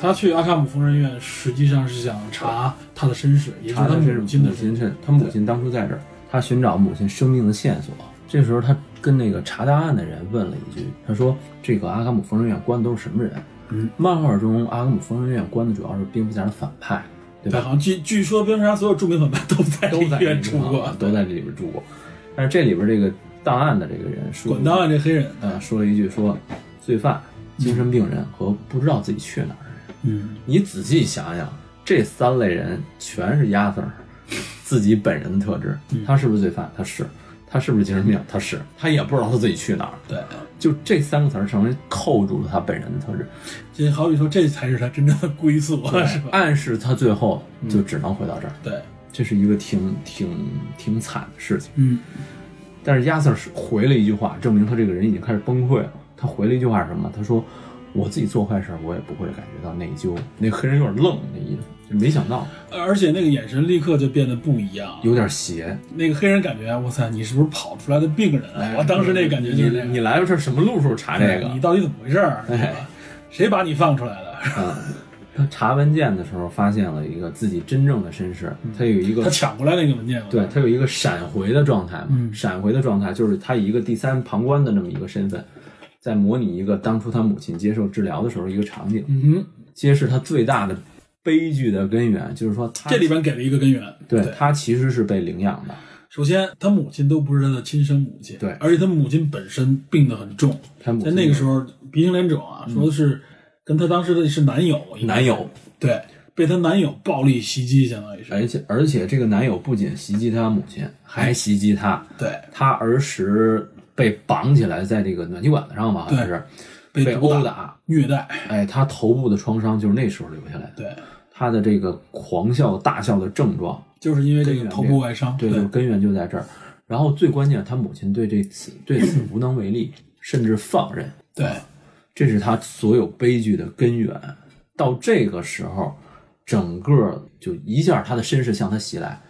他去阿卡姆疯人院，实际上是想查他的身世，也就是查他的是母亲的亲身世。身，他母亲当初在这儿，他寻找母亲生命的线索。这时候，他跟那个查答案的人问了一句，他说：“这个阿卡姆疯人院关的都是什么人？”嗯，漫画中阿卡姆疯人院关的主要是蝙蝠侠的反派，对对，吧？好像据据说蝙蝠侠所有著名反派都在都在医院住啊过。都在这里边住过。但是这里边这个档案的这个人说，管档案这啊黑人，嗯呃说了一句说，罪犯、精神病人和不知道自己去哪儿。嗯，你仔细想想，这三类人全是鸭子儿自己本人的特质。嗯他是不是罪犯？他是。他是不是精神病？他是。他也不知道他自己去哪儿。对，就这三个词儿成为扣住了他本人的特质，这好比说这才是他真正的归宿， 是吧？嗯暗示他最后就只能回到这儿。对，这是一个挺挺挺惨的事情。嗯，但是亚瑟是回了一句话，证明他这个人已经开始崩溃了。他回了一句话是什么？他说：“我自己做坏事儿，我也不会感觉到内疚。”那黑人有点愣，那意思就没想到，而且那个眼神立刻就变得不一样。有点邪。那个黑人感觉，我操，你是不是跑出来的病人啊？我当时那个感觉就是这样哎你你来到这儿什么路数查这个？哎你到底怎么回事儿？是吧谁把你放出来 的？他查文件的时候发现了一个自己真正的身世，他有一个嗯他抢过来那个文件了。对，他有一个闪回的状态嘛，嗯闪回的状态就是他以一个第三旁观的这么一个身份，在模拟一个当初他母亲接受治疗的时候一个场景，嗯哼，揭示他最大的悲剧的根源，就是说他这里边给了一个根源。对他其实是被领养的，首先他母亲都不是他的亲生母亲，对而且他母亲本身病得很重，他母在亲那个时候鼻青脸肿啊，说的是跟他当时的是男友，应该嗯男友，哎对，被她男友暴力袭击，相当于是，而且而且这个男友不仅袭击他母亲，还袭击他，对，他儿时被绑起来在这个暖气管子上吧，好像是被被毒殴打、打，虐待，哎，他头部的创伤就是那时候留下来的，对，他的这个狂笑大笑的症状。就是因为这根个源头部外伤，对，对就根源就在这儿。然后最关键，他母亲对这此 对此无能为力，甚至放任，对这是他所有悲剧的根源。到这个时候，整个就一下他的身世向他袭来。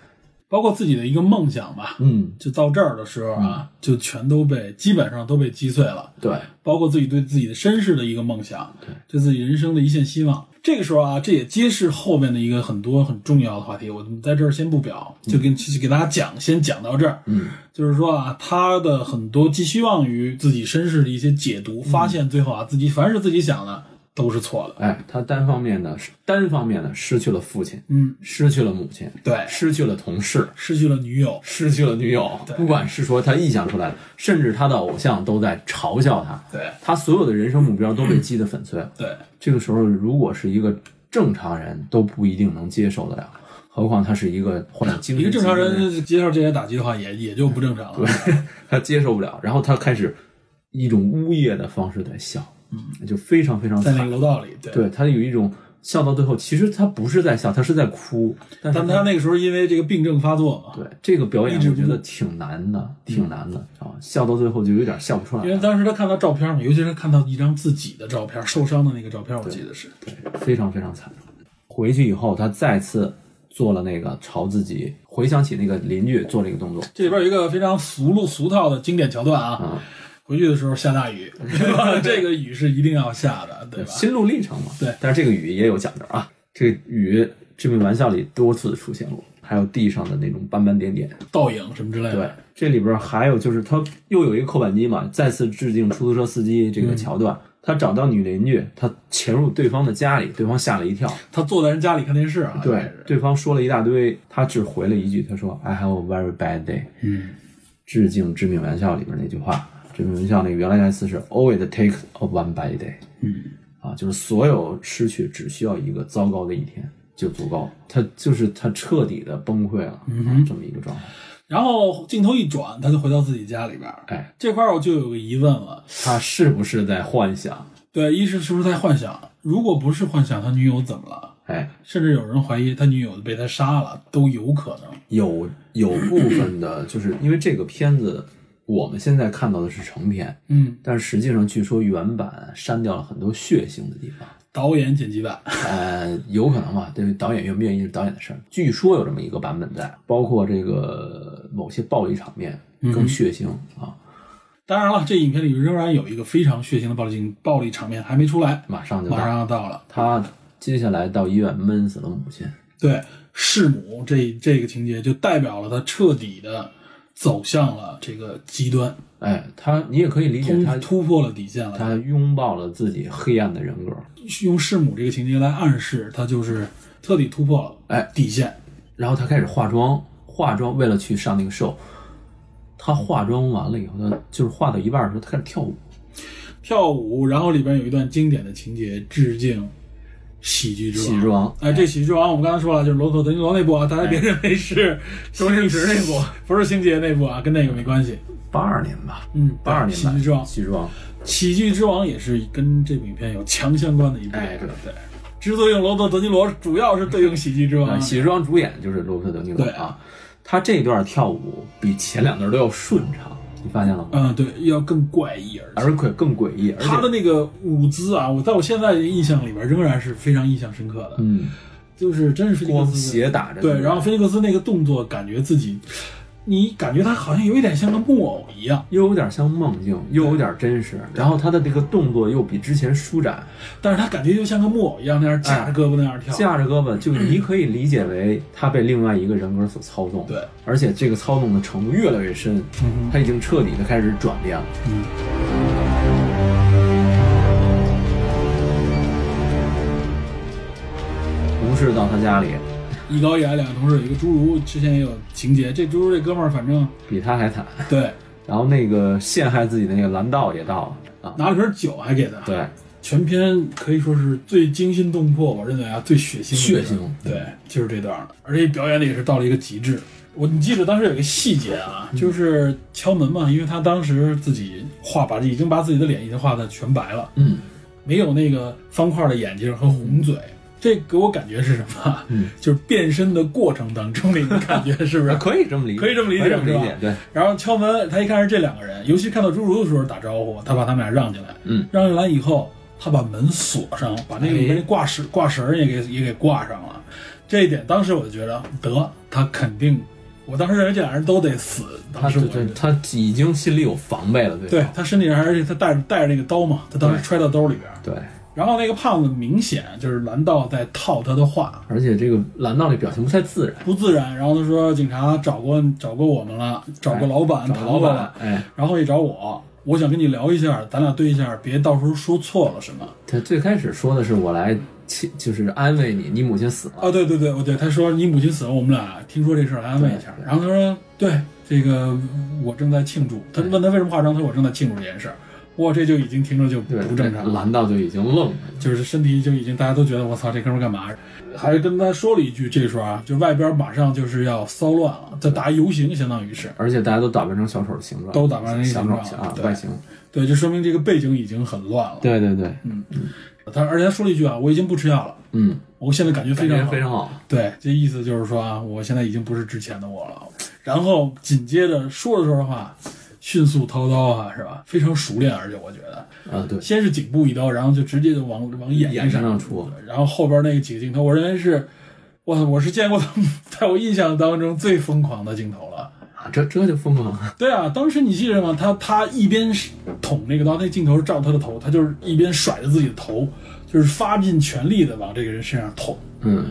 包括自己的一个梦想吧，嗯，就到这儿的时候啊，就全都被基本上都被击碎了，对，包括自己对自己的身世的一个梦想，对，对自己人生的一线希望。这个时候啊，这也揭示后面的一个很多很重要的话题，我们在这儿先不表，就跟去给大家讲，先讲到这儿。嗯，就是说啊，他的很多寄希望于自己身世的一些解读，发现最后啊，自己凡是自己想的都是错的。哎，他单方面的单方面的失去了父亲，嗯，失去了母亲，对失去了同事，失去了女友，失去了女友。不管是说他臆想出来的，甚至他的偶像都在嘲笑他。对他所有的人生目标都被击得粉碎了。对这个时候，如果是一个正常人都不一定能接受得了，何况他是一个患有精神一个正常疾病的，人接受这些打击的话，也也就不正常了。他接受不了，然后他开始一种呜咽的方式在笑，嗯，就非常非常在那个惨。楼道里，对对他有一种笑到最后，其实他不是在笑，他是在哭，但是但他那个时候因为这个病症发作嘛，对这个表演抑制我啊不住觉得挺难的，挺难的啊，笑到最后就有点笑不出来因为了，当时他看到照片嘛，尤其是他看到一张自己的照片，受伤的那个照片，我记得是。非常非常惨。回去以后，他再次做了那个朝自己回想起那个邻居做这个动作，这里边有一个非常俗路俗套的经典桥段啊，嗯回去的时候下大 雨， 对吧？这个雨是一定要下的，对吧？心路历程嘛。对但是这个雨也有讲究啊，这个雨致命玩笑里多次出现过，还有地上的那种斑斑点点。倒影什么之类对的，，这里边还有就是他又有一个扣板机嘛，再次致敬出租车司机嗯这个桥段。他找到女邻居，他潜入对方的家里，对方吓了一跳。他坐在人家里看电视啊，应该对是，对方说了一大堆，他只回了一句，他说 “I have a very bad day”。嗯，致敬《致命玩笑》里边那句话，《致命玩笑》那个原来台词是 “always take a one bad day”。嗯，啊，就是所有失去只需要一个糟糕的一天就足够了。他就是他彻底的崩溃了，嗯、这么一个状态。然后镜头一转，他就回到自己家里边儿。哎，这块儿我就有个疑问了，他是不是在幻想？对，一是是不是在幻想？如果不是幻想，他女友怎么了？哎，甚至有人怀疑他女友被他杀了，都有可能。有有部分的，就是因为这个片子我们现在看到的是成片，嗯，但是实际上据说原版删掉了很多血腥的地方。导演剪辑版，呃，有可能吧，对导演愿不愿意是导演的事儿。据说有这么一个嗯版本在，包括这个某些暴力场面更血腥、啊。当然了，这影片里仍然有一个非常血腥的暴力镜暴力场面还没出来，马上就到马上要到了。他接下来到医院闷死了母亲，对弑母这这个情节就代表了他彻底的走向了这个极端，哎，他你也可以理解突他，突破了底线了。他拥抱了自己黑暗的人格，用弑母这个情节来暗示他就是彻底突破了哎底线。然后他开始化妆，化妆为了去上那个 show，他化妆完了以后，他就是化到一半的时候，他开始跳舞，跳舞，然后里边有一段经典的情节，致敬《喜剧之王》。喜剧之王哎，这《喜剧之王》我们刚才说了，就是罗伯特·德尼罗那部啊，大家别认为 是周星驰那部，啊不是星爷那部啊，跟那个没关系。八二年吧，嗯，八二年喜吧，剧之王》《喜剧之王，喜剧之王》也是跟这部影片有强相关的一部。哎对对。之所以用罗伯特·德尼罗，主要是对应《喜剧之王啊，》。喜剧之王主演就是罗伯特·德尼嗯罗对啊，他这段跳舞比前两段都要顺畅，你发现了吗？嗯，对，要更怪异而且而且更诡异，而他的且那个舞姿啊，我在我现在的印象里边仍然是非常印象深刻的，嗯，就是真是非常光斜打着对，然后菲尼克斯那个动作，感觉自己，你感觉他好像有一点像个木偶一样，又有点像梦境，又有点真实，然后他的这个动作又比之前舒展，但是他感觉又像个木偶一样那样架着胳膊那样跳。架着胳膊，就你可以理解为他被另外一个人格所操纵，对，嗯而且这个操纵的程度越来越深，他已经彻底的开始转变了。同事到他家里，一高一矮两个同事，有一个侏儒，之前也有情节，这侏儒这哥们儿反 正比他还惨，对，然后那个陷害自己的那个蓝道也到了啊，拿了瓶酒还给他。，对，全片可以说是最惊心动魄，我认为啊，最血腥的一段。血腥对，就是这段儿，而且表演的也是到了一个极致。我你记得当时有一个细节啊，就是敲门嘛，因为他当时自己画把已经把自己的脸已经画的全白了，嗯，没有那个方块的眼睛和红嘴。这给我感觉是什么？嗯，就是变身的过程当中的一个感觉，是不是？ 可以这么理解，可以这么理解可以这么理是解吧，对，然后敲门，他一看是这两个人，尤其看到侏儒的时候打招呼，他把他们俩让进来。嗯，哎让进来以后，他把门锁上，把那个里面那挂绳挂绳儿也给也给挂上了。这一点当时我就觉得得，他肯定，我当时认为这俩人都得死。他当时是我对他已经心里有防备了，对对吧他身体上还是他带着带着那个刀嘛，他当时对揣到兜里边儿。对，然后那个胖子明显就是蓝道在套他的话，而且这个蓝道的表情不太自然，不自然。然后他说警察找过找过我们了，找过老板，找逃老过板了，，哎，然后也找我，我想跟你聊一下，咱俩对一下，别到时候说错了什么。他最开始说的是我来亲，就是安慰你，你母亲死了，啊，对对对，我对他说你母亲死了，我们俩听说这事儿来安慰一下对。对然后他说对，这个我正在庆祝。他对问他为什么化妆，他说我正在庆祝这件事儿。哇，这就已经听着就对，不正常了，蓝道就已经愣了，就是身体就已经大家都觉得我操这哥们儿干嘛？还跟他说了一句，这时候啊，就外边马上就是要骚乱了，在打游行，相当于是。而且大家都打扮成小丑的形状，都打扮成小形丑状啊对外形，对，就说明这个背景已经很乱了。对对对，他而且他说了一句啊，我已经不吃药了，嗯，我现在感觉非感觉常好非常好，对，这意思就是说啊，我现在已经不是之前的我了。然后紧接着说着说着话，迅速掏刀啊，是吧？非常熟练，而且我觉得，啊，对，先是颈部一刀，然后就直接就往往眼睛眼睛上，上出，然后后边那个几个镜头，我认为是，我我是见过他们在我印象当中最疯狂的镜头了。 啊，这这就疯狂了，对啊，当时你记着吗？他他一边是捅那个刀，那镜头是照他的头，他就是一边甩着自己的头，就是发尽全力的往这个人身上捅。嗯，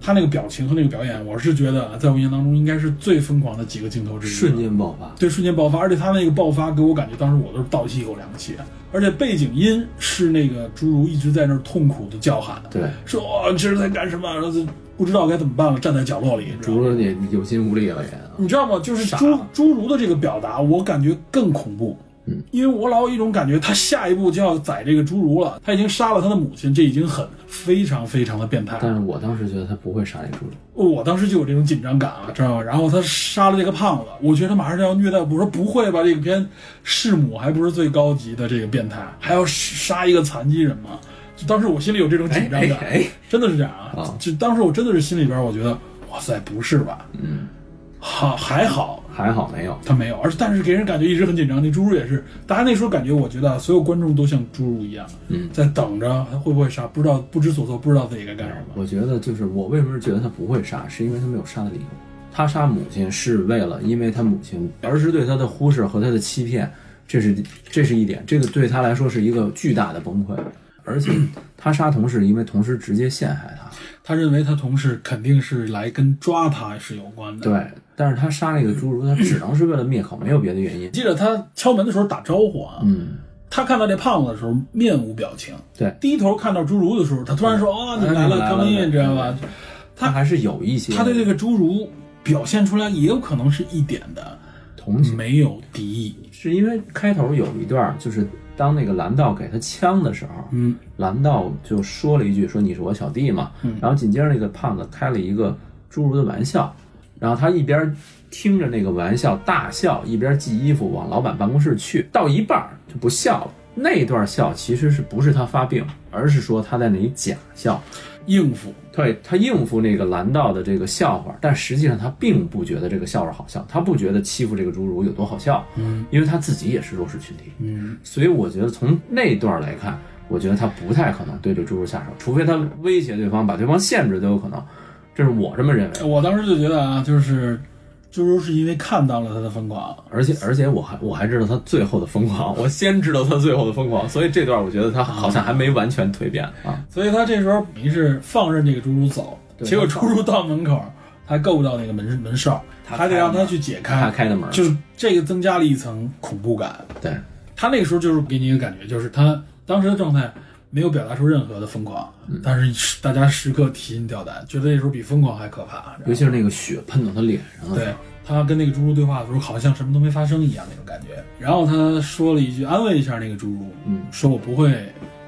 他那个表情和那个表演，我是觉得啊在我印象当中应该是最疯狂的几个镜头之一。瞬间爆发， 对瞬间爆发，而且他那个爆发给我感觉当时我都是倒吸一口凉气，啊而且背景音是那个侏儒一直在那儿痛苦的叫喊，对，说哦这是在干什么，然后就不知道该怎么办了，站在角落里。你知道除吗了也有心无力了也啊，你知道吗？就是傻侏侏儒的这个表达，我感觉更恐怖。嗯，因为我老有一种感觉，他下一步就要宰这个侏儒了，他已经杀了他的母亲，这已经很非常非常的变态了。但是我当时觉得他不会杀那猪猪，我当时就有这种紧张感啊，知道吗？然后他杀了这个胖子，我觉得他马上就要虐待。我说不会吧，这个片弑母还不是最高级的这个变态，还要杀一个残疾人吗？就当时我心里有这种紧张感，哎，真的是这样啊！啊就当时我真的是心里边，我觉得哇塞，不是吧？嗯，好还好还好没有，他没有，而但是给人感觉一直很紧张。那侏儒也是，大家那时候感觉，我觉得啊所有观众都像侏儒一样，嗯在等着他会不会杀，不知道不知所措，不知道自己该干什么。我觉得就是我为什么觉得他不会杀，是因为他没有杀的理由。他杀母亲是为了，因为他母亲儿时对他的忽视和他的欺骗，这是这是一点，这个对他来说是一个巨大的崩溃，而且他杀同事，因为同事直接陷害他，他认为他同事肯定是来跟抓他是有关的。，对，但是他杀那个侏儒，他只能是为了灭口，没有别的原因。记得他敲门的时候打招呼啊，嗯，他看到这胖子的时候面无表情，对低头看到侏儒的时候，他突然说：“啊、你来哎你来了，了高明，你知道吧？”他还是有一些他对这个侏儒表现出来也有可能是一点的同情，没有敌意，是因为开头有一段儿就是当那个蓝道给他枪的时候，嗯，蓝道就说了一句说你是我小弟嘛，嗯然后紧接着那个胖子开了一个侏儒的玩笑，然后他一边听着那个玩笑大笑，一边系衣服往老板办公室去，到一半儿就不笑了。那段笑其实是不是他发病，而是说他在那里假笑，应付。对他应付那个蓝道的这个笑话，但实际上他并不觉得这个笑话好笑，他不觉得欺负这个侏儒有多好笑，嗯因为他自己也是弱势群体，嗯，所以我觉得从那段来看，我觉得他不太可能对这侏儒下手，除非他威胁对方，把对方限制都有可能，这是我这么认为。我当时就觉得啊，就是侏儒是因为看到了他的疯狂，而且而且我还我还知道他最后的疯狂，我先知道他最后的疯狂，所以这段我觉得他好像还没完全蜕变啊。所以他这时候于是放任这个侏儒走，对结果侏儒到门口，他够不到那个门门哨，他还得开让了他去解开，他开的门，就是这个增加了一层恐怖感。对他那个时候就是给你一个感觉，就是他当时的状态没有表达出任何的疯狂，嗯但是大家时刻提心吊胆，觉得那时候比疯狂还可怕。尤其是那个血喷到他脸上了。对他跟那个侏儒对话的时候，好像什么都没发生一样那种感觉。然后他说了一句安慰一下那个侏儒，嗯说我不会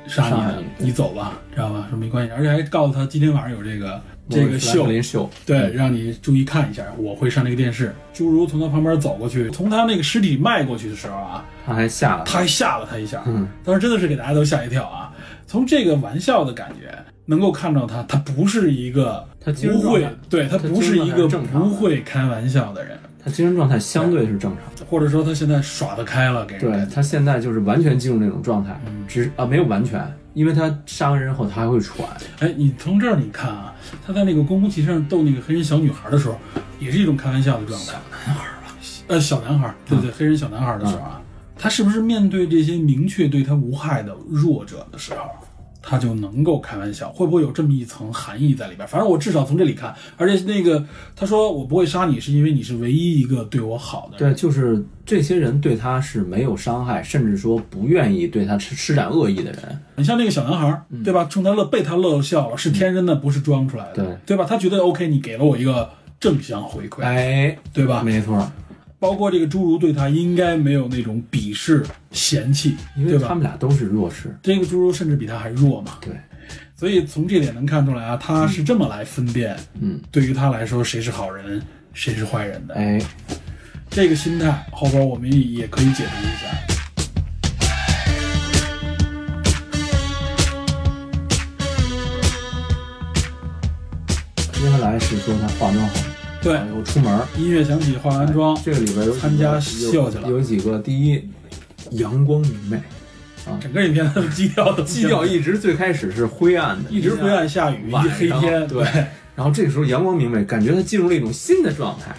杀你杀的你，你走吧，知道吧？说没关系，而且还告诉他今天晚上有这个莫这里个斯秀兰，林秀，对，让你注意看一下，我会上那个电视。侏儒从他旁边走过去，从他那个尸体迈过去的时候啊，他还下了。他还吓了他一下，嗯，当时真的是给大家都吓一跳啊！从这个玩笑的感觉，能够看到他，他不是一个他精神不会状态，对他他不是一精神状态个是正常的不会开玩笑的人，他精神状态相对是正常的。或者说他现在耍得开了，给人对感觉他现在就是完全进入那种状态，只啊没有完全，因为他杀完人后他还会喘，哎，你从这儿你看啊，他在那个公共汽车上逗那个黑人小女孩的时候，也是一种开玩笑的状态。小男孩吧，呃，小男孩，对对，黑人小男孩的时候啊，他是不是面对这些明确对他无害的弱者的时候，他就能够开玩笑？会不会有这么一层含义在里边？反正我至少从这里看，而且那个他说我不会杀你，是因为你是唯一一个对我好的人。对，就是这些人对他是没有伤害，甚至说不愿意对他施施展恶意的人，你像那个小男孩，对吧？冲他乐，被他乐笑了，是天真的，不是装出来的，对嗯对吧？他觉得 OK，你给了我一个正向回馈，哎，对吧？没错，包括这个侏儒对他应该没有那种鄙视、嫌弃，因为对他吧？们俩都是弱势，这个侏儒甚至比他还弱嘛，对，所以从这点能看出来啊，他是这么来分辨，嗯，对于他来说谁是好人，谁是坏人的。哎，这个心态后边我们也可以解读一下。接下来是说他化妆好，对，然后出门儿，音乐响起，化完妆，这个里边有几个参加有秀去了有几个第一，阳光明媚，整个影片的基调都基调一直最开始是灰暗的，一直灰暗下雨，一晚上黑天，对，然后这个时候阳光明媚，感觉他进入了一种新的状态。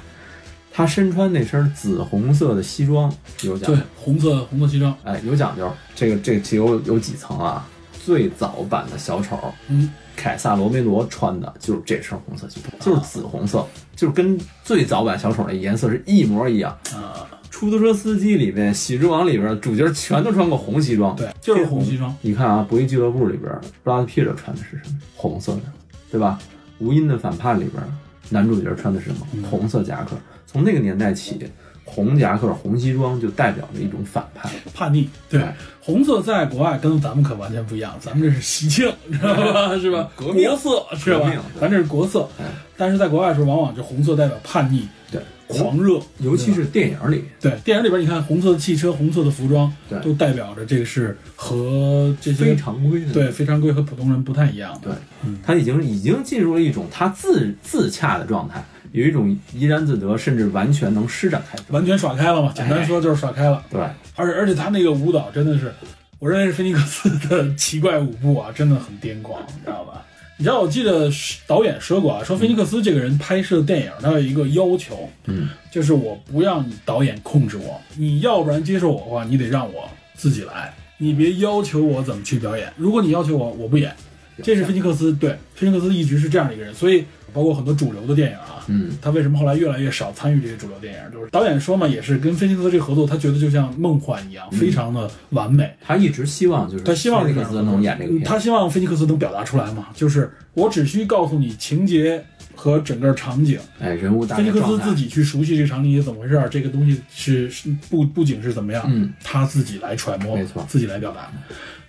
他身穿那身紫红色的西装，有讲对究，，红色红色西装，哎，有讲究。这个这个、其实有有几层啊？最早版的小丑嗯，凯撒罗梅罗穿的就是这身红色西装，就是紫红色，就是跟最早版小丑那颜色是一模一样。啊、出租车司机里面，喜之王里边，主角全都穿过红西装，对，就是红西装，你看啊，《博弈俱乐部》里边，Brad Pitt 穿的是什么？红色的，对吧？《无音的反叛》里边，男主角穿的是什么？嗯红色夹克。从那个年代起，红夹克、红西装就代表着一种反叛。叛逆，对哎，红色在国外跟咱们可完全不一样，咱们这是喜庆，知道吧？是吧？哎革命国色是革吧命？对咱这是国色哎，但是在国外的时候，往往这红色代表叛逆、对，狂热，尤其是电影里，对电影里边你看红色的汽车、红色的服装对，都代表着这个是和这些非常规的，对非嗯常规和普通人不太一样的对。，他已经已经进入了一种他自自洽的状态，有一种怡然自得，甚至完全能施展开。完全耍开了嘛，简哎单说就是耍开了。对，而且而且他那个舞蹈真的是，我认为是菲尼克斯的奇怪舞步啊，真的很癫狂，你知道吧？你知道，我记得导演说过啊，说菲尼克斯这个人拍摄电影，他有一个要求，嗯，就是我不让你导演控制我，你要不然接受我的话，你得让我自己来，你别要求我怎么去表演。如果你要求我，我不演。这是菲尼克斯，对，菲尼克斯一直是这样的一个人，所以包括很多主流的电影啊，嗯，他为什么后来越来越少参与这些主流电影？就是导演说嘛，也是跟菲尼克斯这个合作，他觉得就像梦幻一样，非常的完美。他一直希望就是他希望嗯菲是尼克斯能演这个嗯片子，他希望菲尼克斯能表达出来嘛，就是我只需告诉你情节和整个场景，哎，人物大菲尼概克状斯态自己去熟悉这个场景是怎么回事儿，这个东西是是不不仅是怎么样，嗯，他自己来揣摩，没错自己来表达，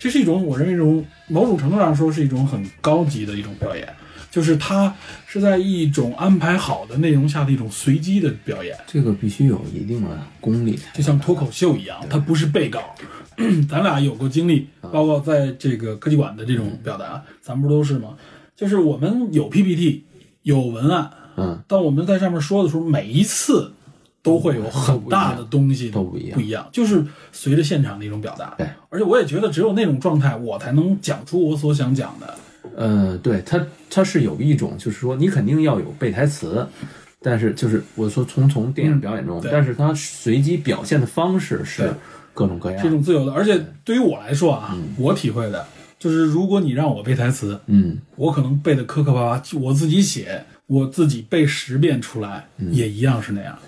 这是一种我认为一种某种程度上说是一种很高级的一种表演，就是他是在一种安排好的内容下的一种随机的表演，这个必须有一定的功力，就像脱口秀一样，它不是背稿。 咱俩有过经历，嗯包括在这个科技馆的这种表达，咱们不都是吗？就是我们有 PPT，有文案，嗯，但我们在上面说的时候，每一次都会有很大的东西都不一样不一样，就是随着现场的一种表达。对，而且我也觉得只有那种状态，我才能讲出我所想讲的。呃，对他，他是有一种，就是说你肯定要有背台词，但是就是我说从从电影表演中，对但是他随机表现的方式是对各种各这样，种自由的，而且对于我来说啊，我体会的就是，如果你让我背台词，嗯，我可能背的磕磕巴巴，就我自己写，我自己背十遍出来，嗯也一样是那样。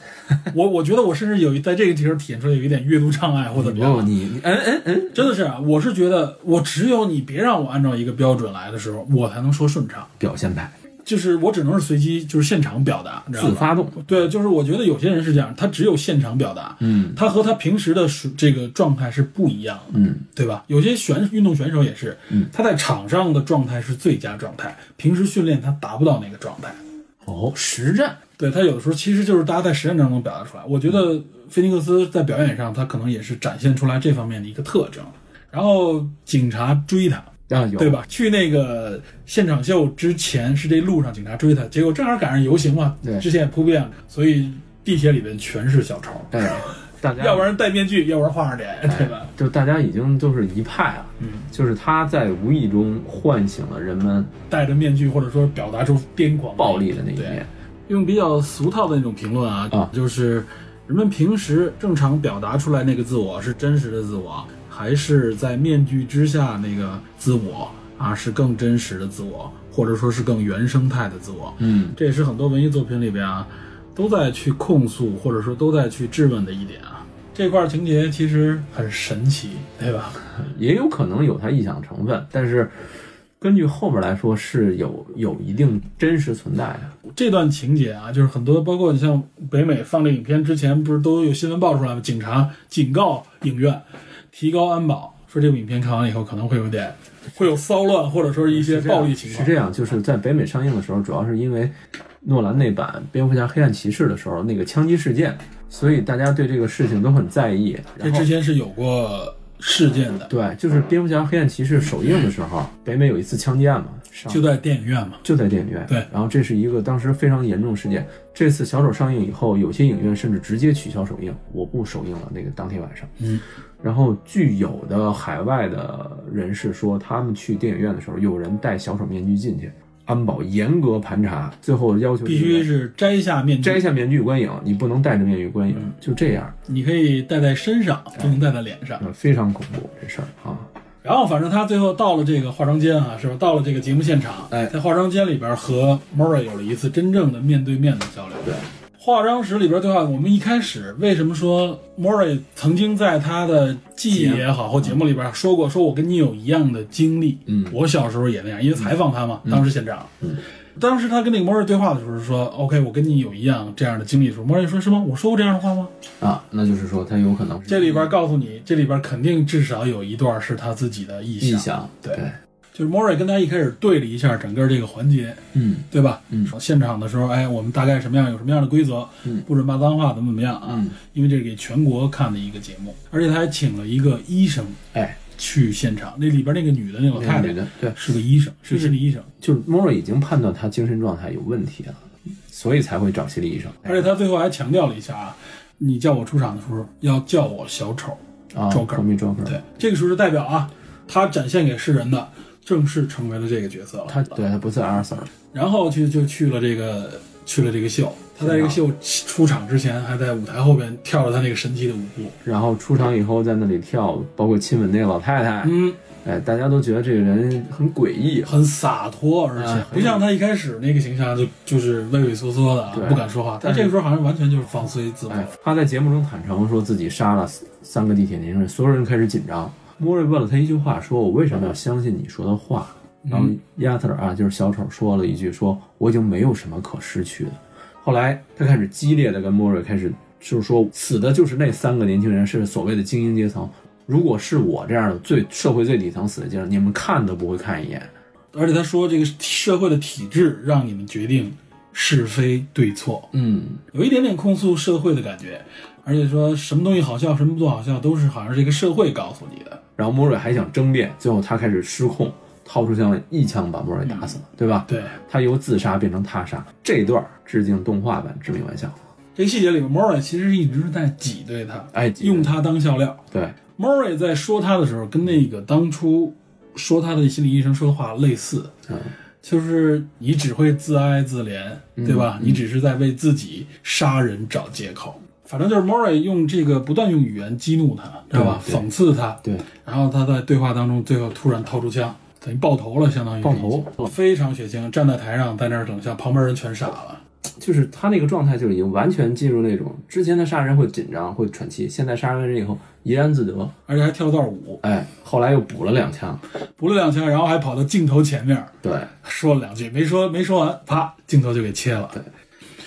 我我觉得我甚至有一在这个题上体现出来有一点阅读障碍或怎么不，样，你你嗯嗯嗯，真的是啊，我是觉得我只有你别让我按照一个标准来的时候，我才能说顺畅，表现派，就是我只能是随机，就是现场表达，你知道自吗？发动，对，就是我觉得有些人是这样，他只有现场表达，嗯他和他平时的水这个状态是不一样的，嗯，对吧？有些选运动选手也是，嗯他在场上的状态是最佳状态，平时训练他达不到那个状态。哦，实战，对他有的时候其实就是大家在实践当中表达出来。我觉得菲尼克斯在表演上，他可能也是展现出来这方面的一个特征。然后警察追他，啊有对？吧？去那个现场秀之前是这路上警察追他，结果正好赶上游行嘛对，之前也铺垫了，所以地铁里边全是小丑，哎， 大家要不然戴面具，要不然画上脸，对吧？就大家已经就是一派啊，嗯，就是他在无意中唤醒了人们戴着面具，或者说表达出癫狂暴力的那一对面，用比较俗套的那种评论啊，啊就是人们平时正常表达出来那个自我是真实的自我，还是在面具之下那个自我啊，是更真实的自我，或者说是更原生态的自我。嗯，这也是很多文艺作品里边啊，都在去控诉或者说都在去质问的一点啊。这块情节其实很神奇，对吧？也有可能有他臆想成分，但是根据后边来说是有有一定真实存在的。这段情节啊，就是很多，包括你像北美放这影片之前，不是都有新闻爆出来吗？警察警告影院提高安保，说这部影片看完了以后可能会有点会有骚乱，或者说是一些暴力情是况。这样，就是在北美上映的时候，主要是因为诺兰那版《蝙蝠侠：黑暗骑士》的时候那个枪击事件，所以大家对这个事情都很在意。这然后之前是有过事件的，对，就是《蝙蝠侠：黑暗骑士》首映的时候，北美有一次枪击案嘛，上就在电影院嘛。就在电影院。对然后这是一个当时非常严重的事件。这次小丑上映以后，有些影院甚至直接取消首映，我不首映了。那个当天晚上，嗯，然后据有的海外的人士说，他们去电影院的时候，有人戴小丑面具进去，安保严格盘查，最后要求必须是摘下面具，摘下面具观影，你不能戴着面具观影，就这样，你可以戴在身上，不能戴在脸上。嗯，非常恐怖这事儿啊。然后，反正他最后到了这个化妆间啊，是吧？到了这个节目现场，哎在化妆间里边和 Murray 有了一次真正的面对面的交流。对，化妆室里边对话，我们一开始为什么说 Murray 曾经在他的记忆也好或节目里边说过，说我跟你有一样的经历，嗯我小时候也那样，因为采访他嘛，当时现场，嗯。当时他跟那个 Murray 对话的时候说：“OK，我跟你有一样这样的经历。”的时候，Murray 说什么？我说过这样的话吗？啊，那就是说他有可能是这里边告诉你，这里边肯定至少有一段是他自己的意臆想，对就是莫瑞跟他一开始对了一下整个这个环节，嗯对吧？嗯说现场的时候，哎，我们大概什么样，有什么样的规则，嗯不准骂脏话，怎么怎么样啊？嗯，因为这是给全国看的一个节目，而且他还请了一个医生哎，去现场，那里边那个女的那老那太个女太的对，是个医生，是心理医生，就是莫瑞已经判断他精神状态有问题了，所以才会找心理医生。而且他最后还强调了一下啊，你叫我出场的时候要叫我小丑，啊 Joker ，Call me Joker，对，这个时候就代表啊，他展现给世人的正式成为了这个角色了。他对他不是阿瑟，然后去就去了这个去了这个秀，他在这个啊秀出场之前还在舞台后边跳了他那个神奇的舞步。然后出场以后在那里跳，包括亲吻那个老太太，嗯，哎，大家都觉得这个人很诡异，很洒脱，而且啊不像他一开始那个形象就就是畏畏缩缩的啊对，不敢说话。他但是这个时候好像完全就是放飞自我。哎，他在节目中坦诚说自己杀了三个地铁年轻人，所有人开始紧张。莫瑞问了他一句话，说：“我为什么要相信你说的话？”嗯然后亚特尔啊，就是小丑说了一句说：“我已经没有什么可失去的。”后来他开始激烈的跟莫瑞开始，就是说死的就是那三个年轻人，是所谓的精英阶层。如果是我这样的最社会最底层死的阶层，你们看都不会看一眼。而且他说这个社会的体制让你们决定是非对错，嗯，有一点点控诉社会的感觉。而且说什么东西好笑，什么不好笑，都是好像是一个社会告诉你的。然后莫瑞还想争辩，最后他开始失控，掏出枪来一枪把莫瑞打死了，对吧？对，他由自杀变成他杀，这段致敬动画版《致命玩笑》。这个细节里面，Mori 其实一直在挤兑他，哎，几个用他当笑料。对， Mori 在说他的时候，跟那个当初说他的心理医生说的话类似，嗯，就是你只会自哀自怜，嗯对吧？你只是在为自己杀人找借口。反正就是 Mori 用这个不断用语言激怒他，知道吧？对对讽刺他，对，然后他在对话当中最后突然掏出枪，等于爆头了，相当于是爆头已经非常血腥。站在台上，在那儿冷笑，旁边人全傻了。就是他那个状态就已经完全进入那种之前他杀人会紧张会喘气，现在杀完人以后怡然自得，而且还跳了段舞，哎，后来又补了两枪，补了两枪，然后还跑到镜头前面对，说了两句，没说没说完，啪，镜头就给切了，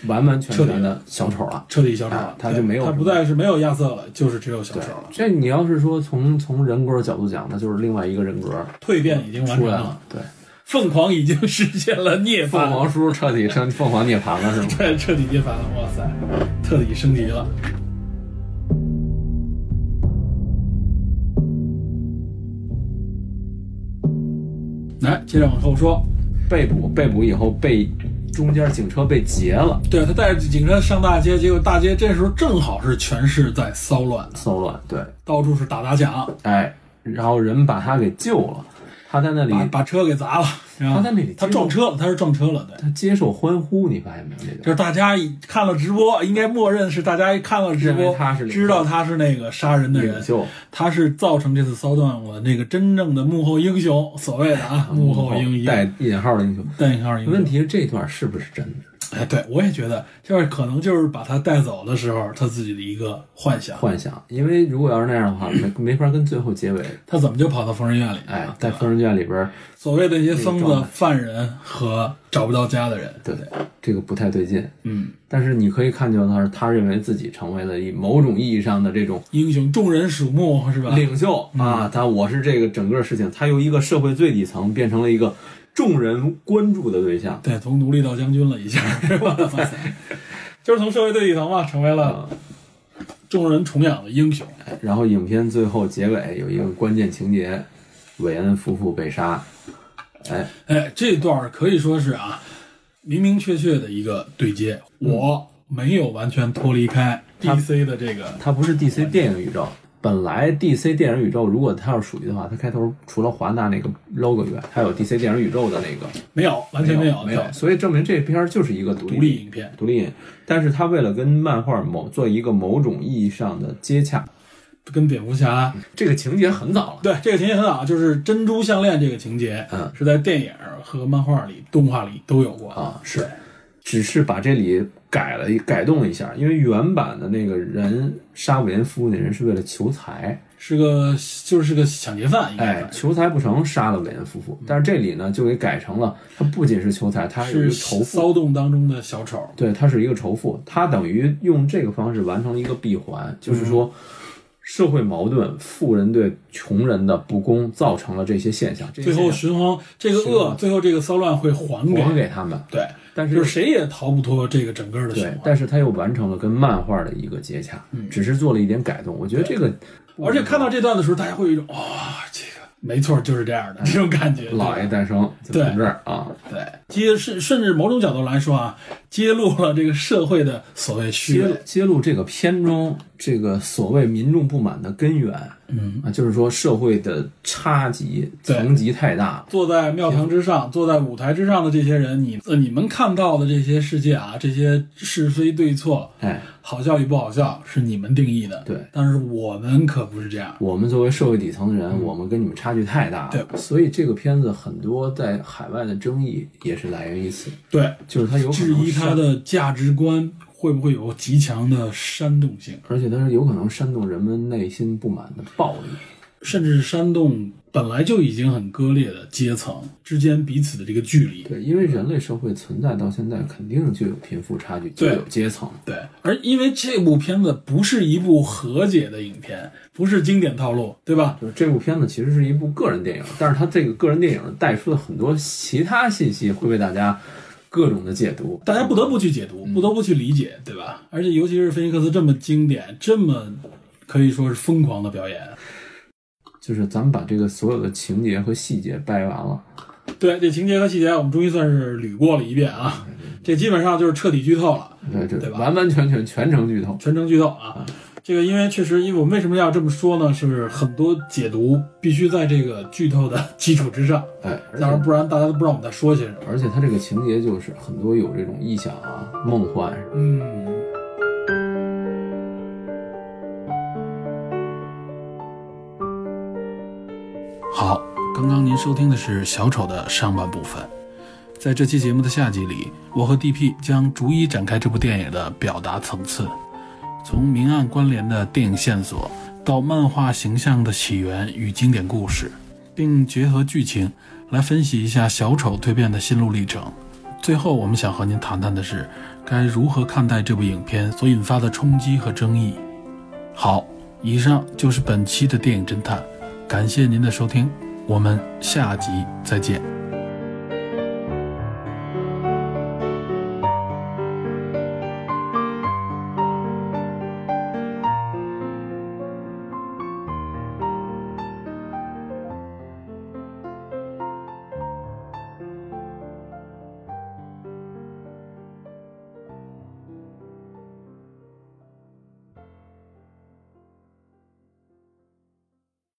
完完全彻全底的小丑了。彻底消失啊了。他对就没有他什不么再是没有亚瑟了，就是只有小对丑了，，这你要是说从从人格角度讲，那就是另外一个人格蜕变已经完出成来了了，。对，凤凰已经实现了涅啊凤槃，凰叔彻底成凤凰涅槃了是吗？对， 彻底涅槃了，哇塞，彻底升级了。来，接着往后说，被捕被捕以后被中间警车被劫了，对他带着警车上大街，结果大街这时候正好是全市在骚乱，骚乱对。到处是打砸抢，哎，然后人把他给救了，他在那里把把车给砸了，然后嗯他在那里他接撞受车了，他是撞车了，对。他接受欢呼，你发现没有？这就个是大家一看了直播，应该默认是大家一看了直认播为他是，领袖知道他是那个杀人的人领袖，他是造成这次骚乱我那个真正的幕后英雄，所谓的啊幕后英雄，嗯带引号的英雄。带引号英雄。问，题是这段是不是真的？哎，对我也觉得，就是可能就是把他带走的时候，他自己的一个幻想，幻想，因为如果要是那样的话，嗯没没法跟最后结尾。他怎么就跑到疯人院里去了？哎，在疯人院里边儿，所谓的那些那疯个状子态、犯人和找不到家的人，对这个不太对劲。嗯，但是你可以看见他是，他认为自己成为了一某种意义上的这种英雄众人瞩目是吧？领袖嗯啊，他我是这个整个事情，他由一个社会最底层变成了一个众人关注的对象。对，从奴隶到将军了一下，是吧？ 哇塞就是从社会对立层嘛，成为了嗯众人崇仰的英雄。然后影片最后结尾有一个关键情节，韦恩夫妇被杀。哎，哎，这段儿可以说是啊，明明确确的一个对接。嗯我没有完全脱离开 DC 的这个，它不是 DC 电影宇宙。本来 DC 电影宇宙，如果它要是属于的话，它开头除了华纳那个 logo 以外，它有 DC 电影宇宙的那个没有，完全没有，有对所以证明这片儿就是一个独独立影片。独立影。但是它为了跟漫画某做一个某种意义上的接洽，跟蝙蝠侠这个情节很早了。对这个情节很好，就是珍珠项链这个情节，嗯是在电影儿和漫画里、动画里都有过啊是只是把这里改了一改动一下，因为原版的那个人杀韦恩夫妇那人是为了求财，是个就是个抢劫犯，应该哎算，是求财不成，杀了韦恩夫妇。但是这里呢，就给改成了，他不仅是求财，他还有一个仇嗯是富。骚动当中的小丑。对，他是一个仇富，他等于用这个方式完成了一个闭环，就是嗯说，社会矛盾、富人对穷人的不公，造成了这些现象。这最些后现象循环这个恶，最后这个骚乱会还给还给他们，对，但就是是谁也逃不脱这个整个的循对，环。但是他又完成了跟漫画的一个接洽，嗯只是做了一点改动。我觉得这个，而且看到这段的时候，大家会有一种哇、这个没错，就是这样 的这种感觉。老爷诞生就对从这儿啊，对，揭甚甚至某种角度来说啊，揭露了这个社会的所谓虚揭露伪。揭露这个片中这个所谓民众不满的根源。嗯，啊，就是说社会的差级对层级太大了。坐在庙堂之上、坐在舞台之上的这些人，你呃，你们看到的这些世界啊，这些是非对错、哎，好笑与不好笑，是你们定义的。对，但是我们可不是这样。我们作为社会底层的人，我们跟你们差距太大了。嗯对所以这个片子很多在海外的争议也是来源于此，对，就是它有可质能疑他煽，的价值观会不会有极强的煽动性，而且它是有可能煽动人们内心不满的暴力。甚至煽动本来就已经很割裂的阶层之间彼此的这个距离。对，因为人类社会存在到现在，肯定就有贫富差距，就对有阶层。对，而因为这部片子不是一部和解的影片，不是经典套路，对吧？就是这部片子其实是一部个人电影，但是它这个个人电影带出的很多其他信息会被大家各种的解读。大家不得不去解嗯读，不得不去理解，对吧？而且尤其是菲尼克斯这么经典，这么可以说是疯狂的表演，就是咱们把这个所有的情节和细节掰完了，对这情节和细节，我们终于算是捋过了一遍啊。嗯这基本上就是彻底剧透了，对，这对吧完完全全全程剧透。全程剧透嗯啊。这个因为确实，因为我们为什么要这么说呢？是很多解读必须在这个剧透的 基础之上，哎，而要且然不然大家都不知道我们在说些什么。而且它这个情节就是很多有这种臆想啊、梦幻什么的。嗯。好，刚刚您收听的是小丑的上半部分。在这期节目的下集里，我和 DP 将逐一展开这部电影的表达层次，从明暗关联的电影线索到漫画形象的起源与经典故事，并结合剧情来分析一下小丑蜕变的心路历程。最后，我们想和您谈谈的是，该如何看待这部影片所引发的冲击和争议。好，以上就是本期的电影侦探，感谢您的收听，我们下集再见。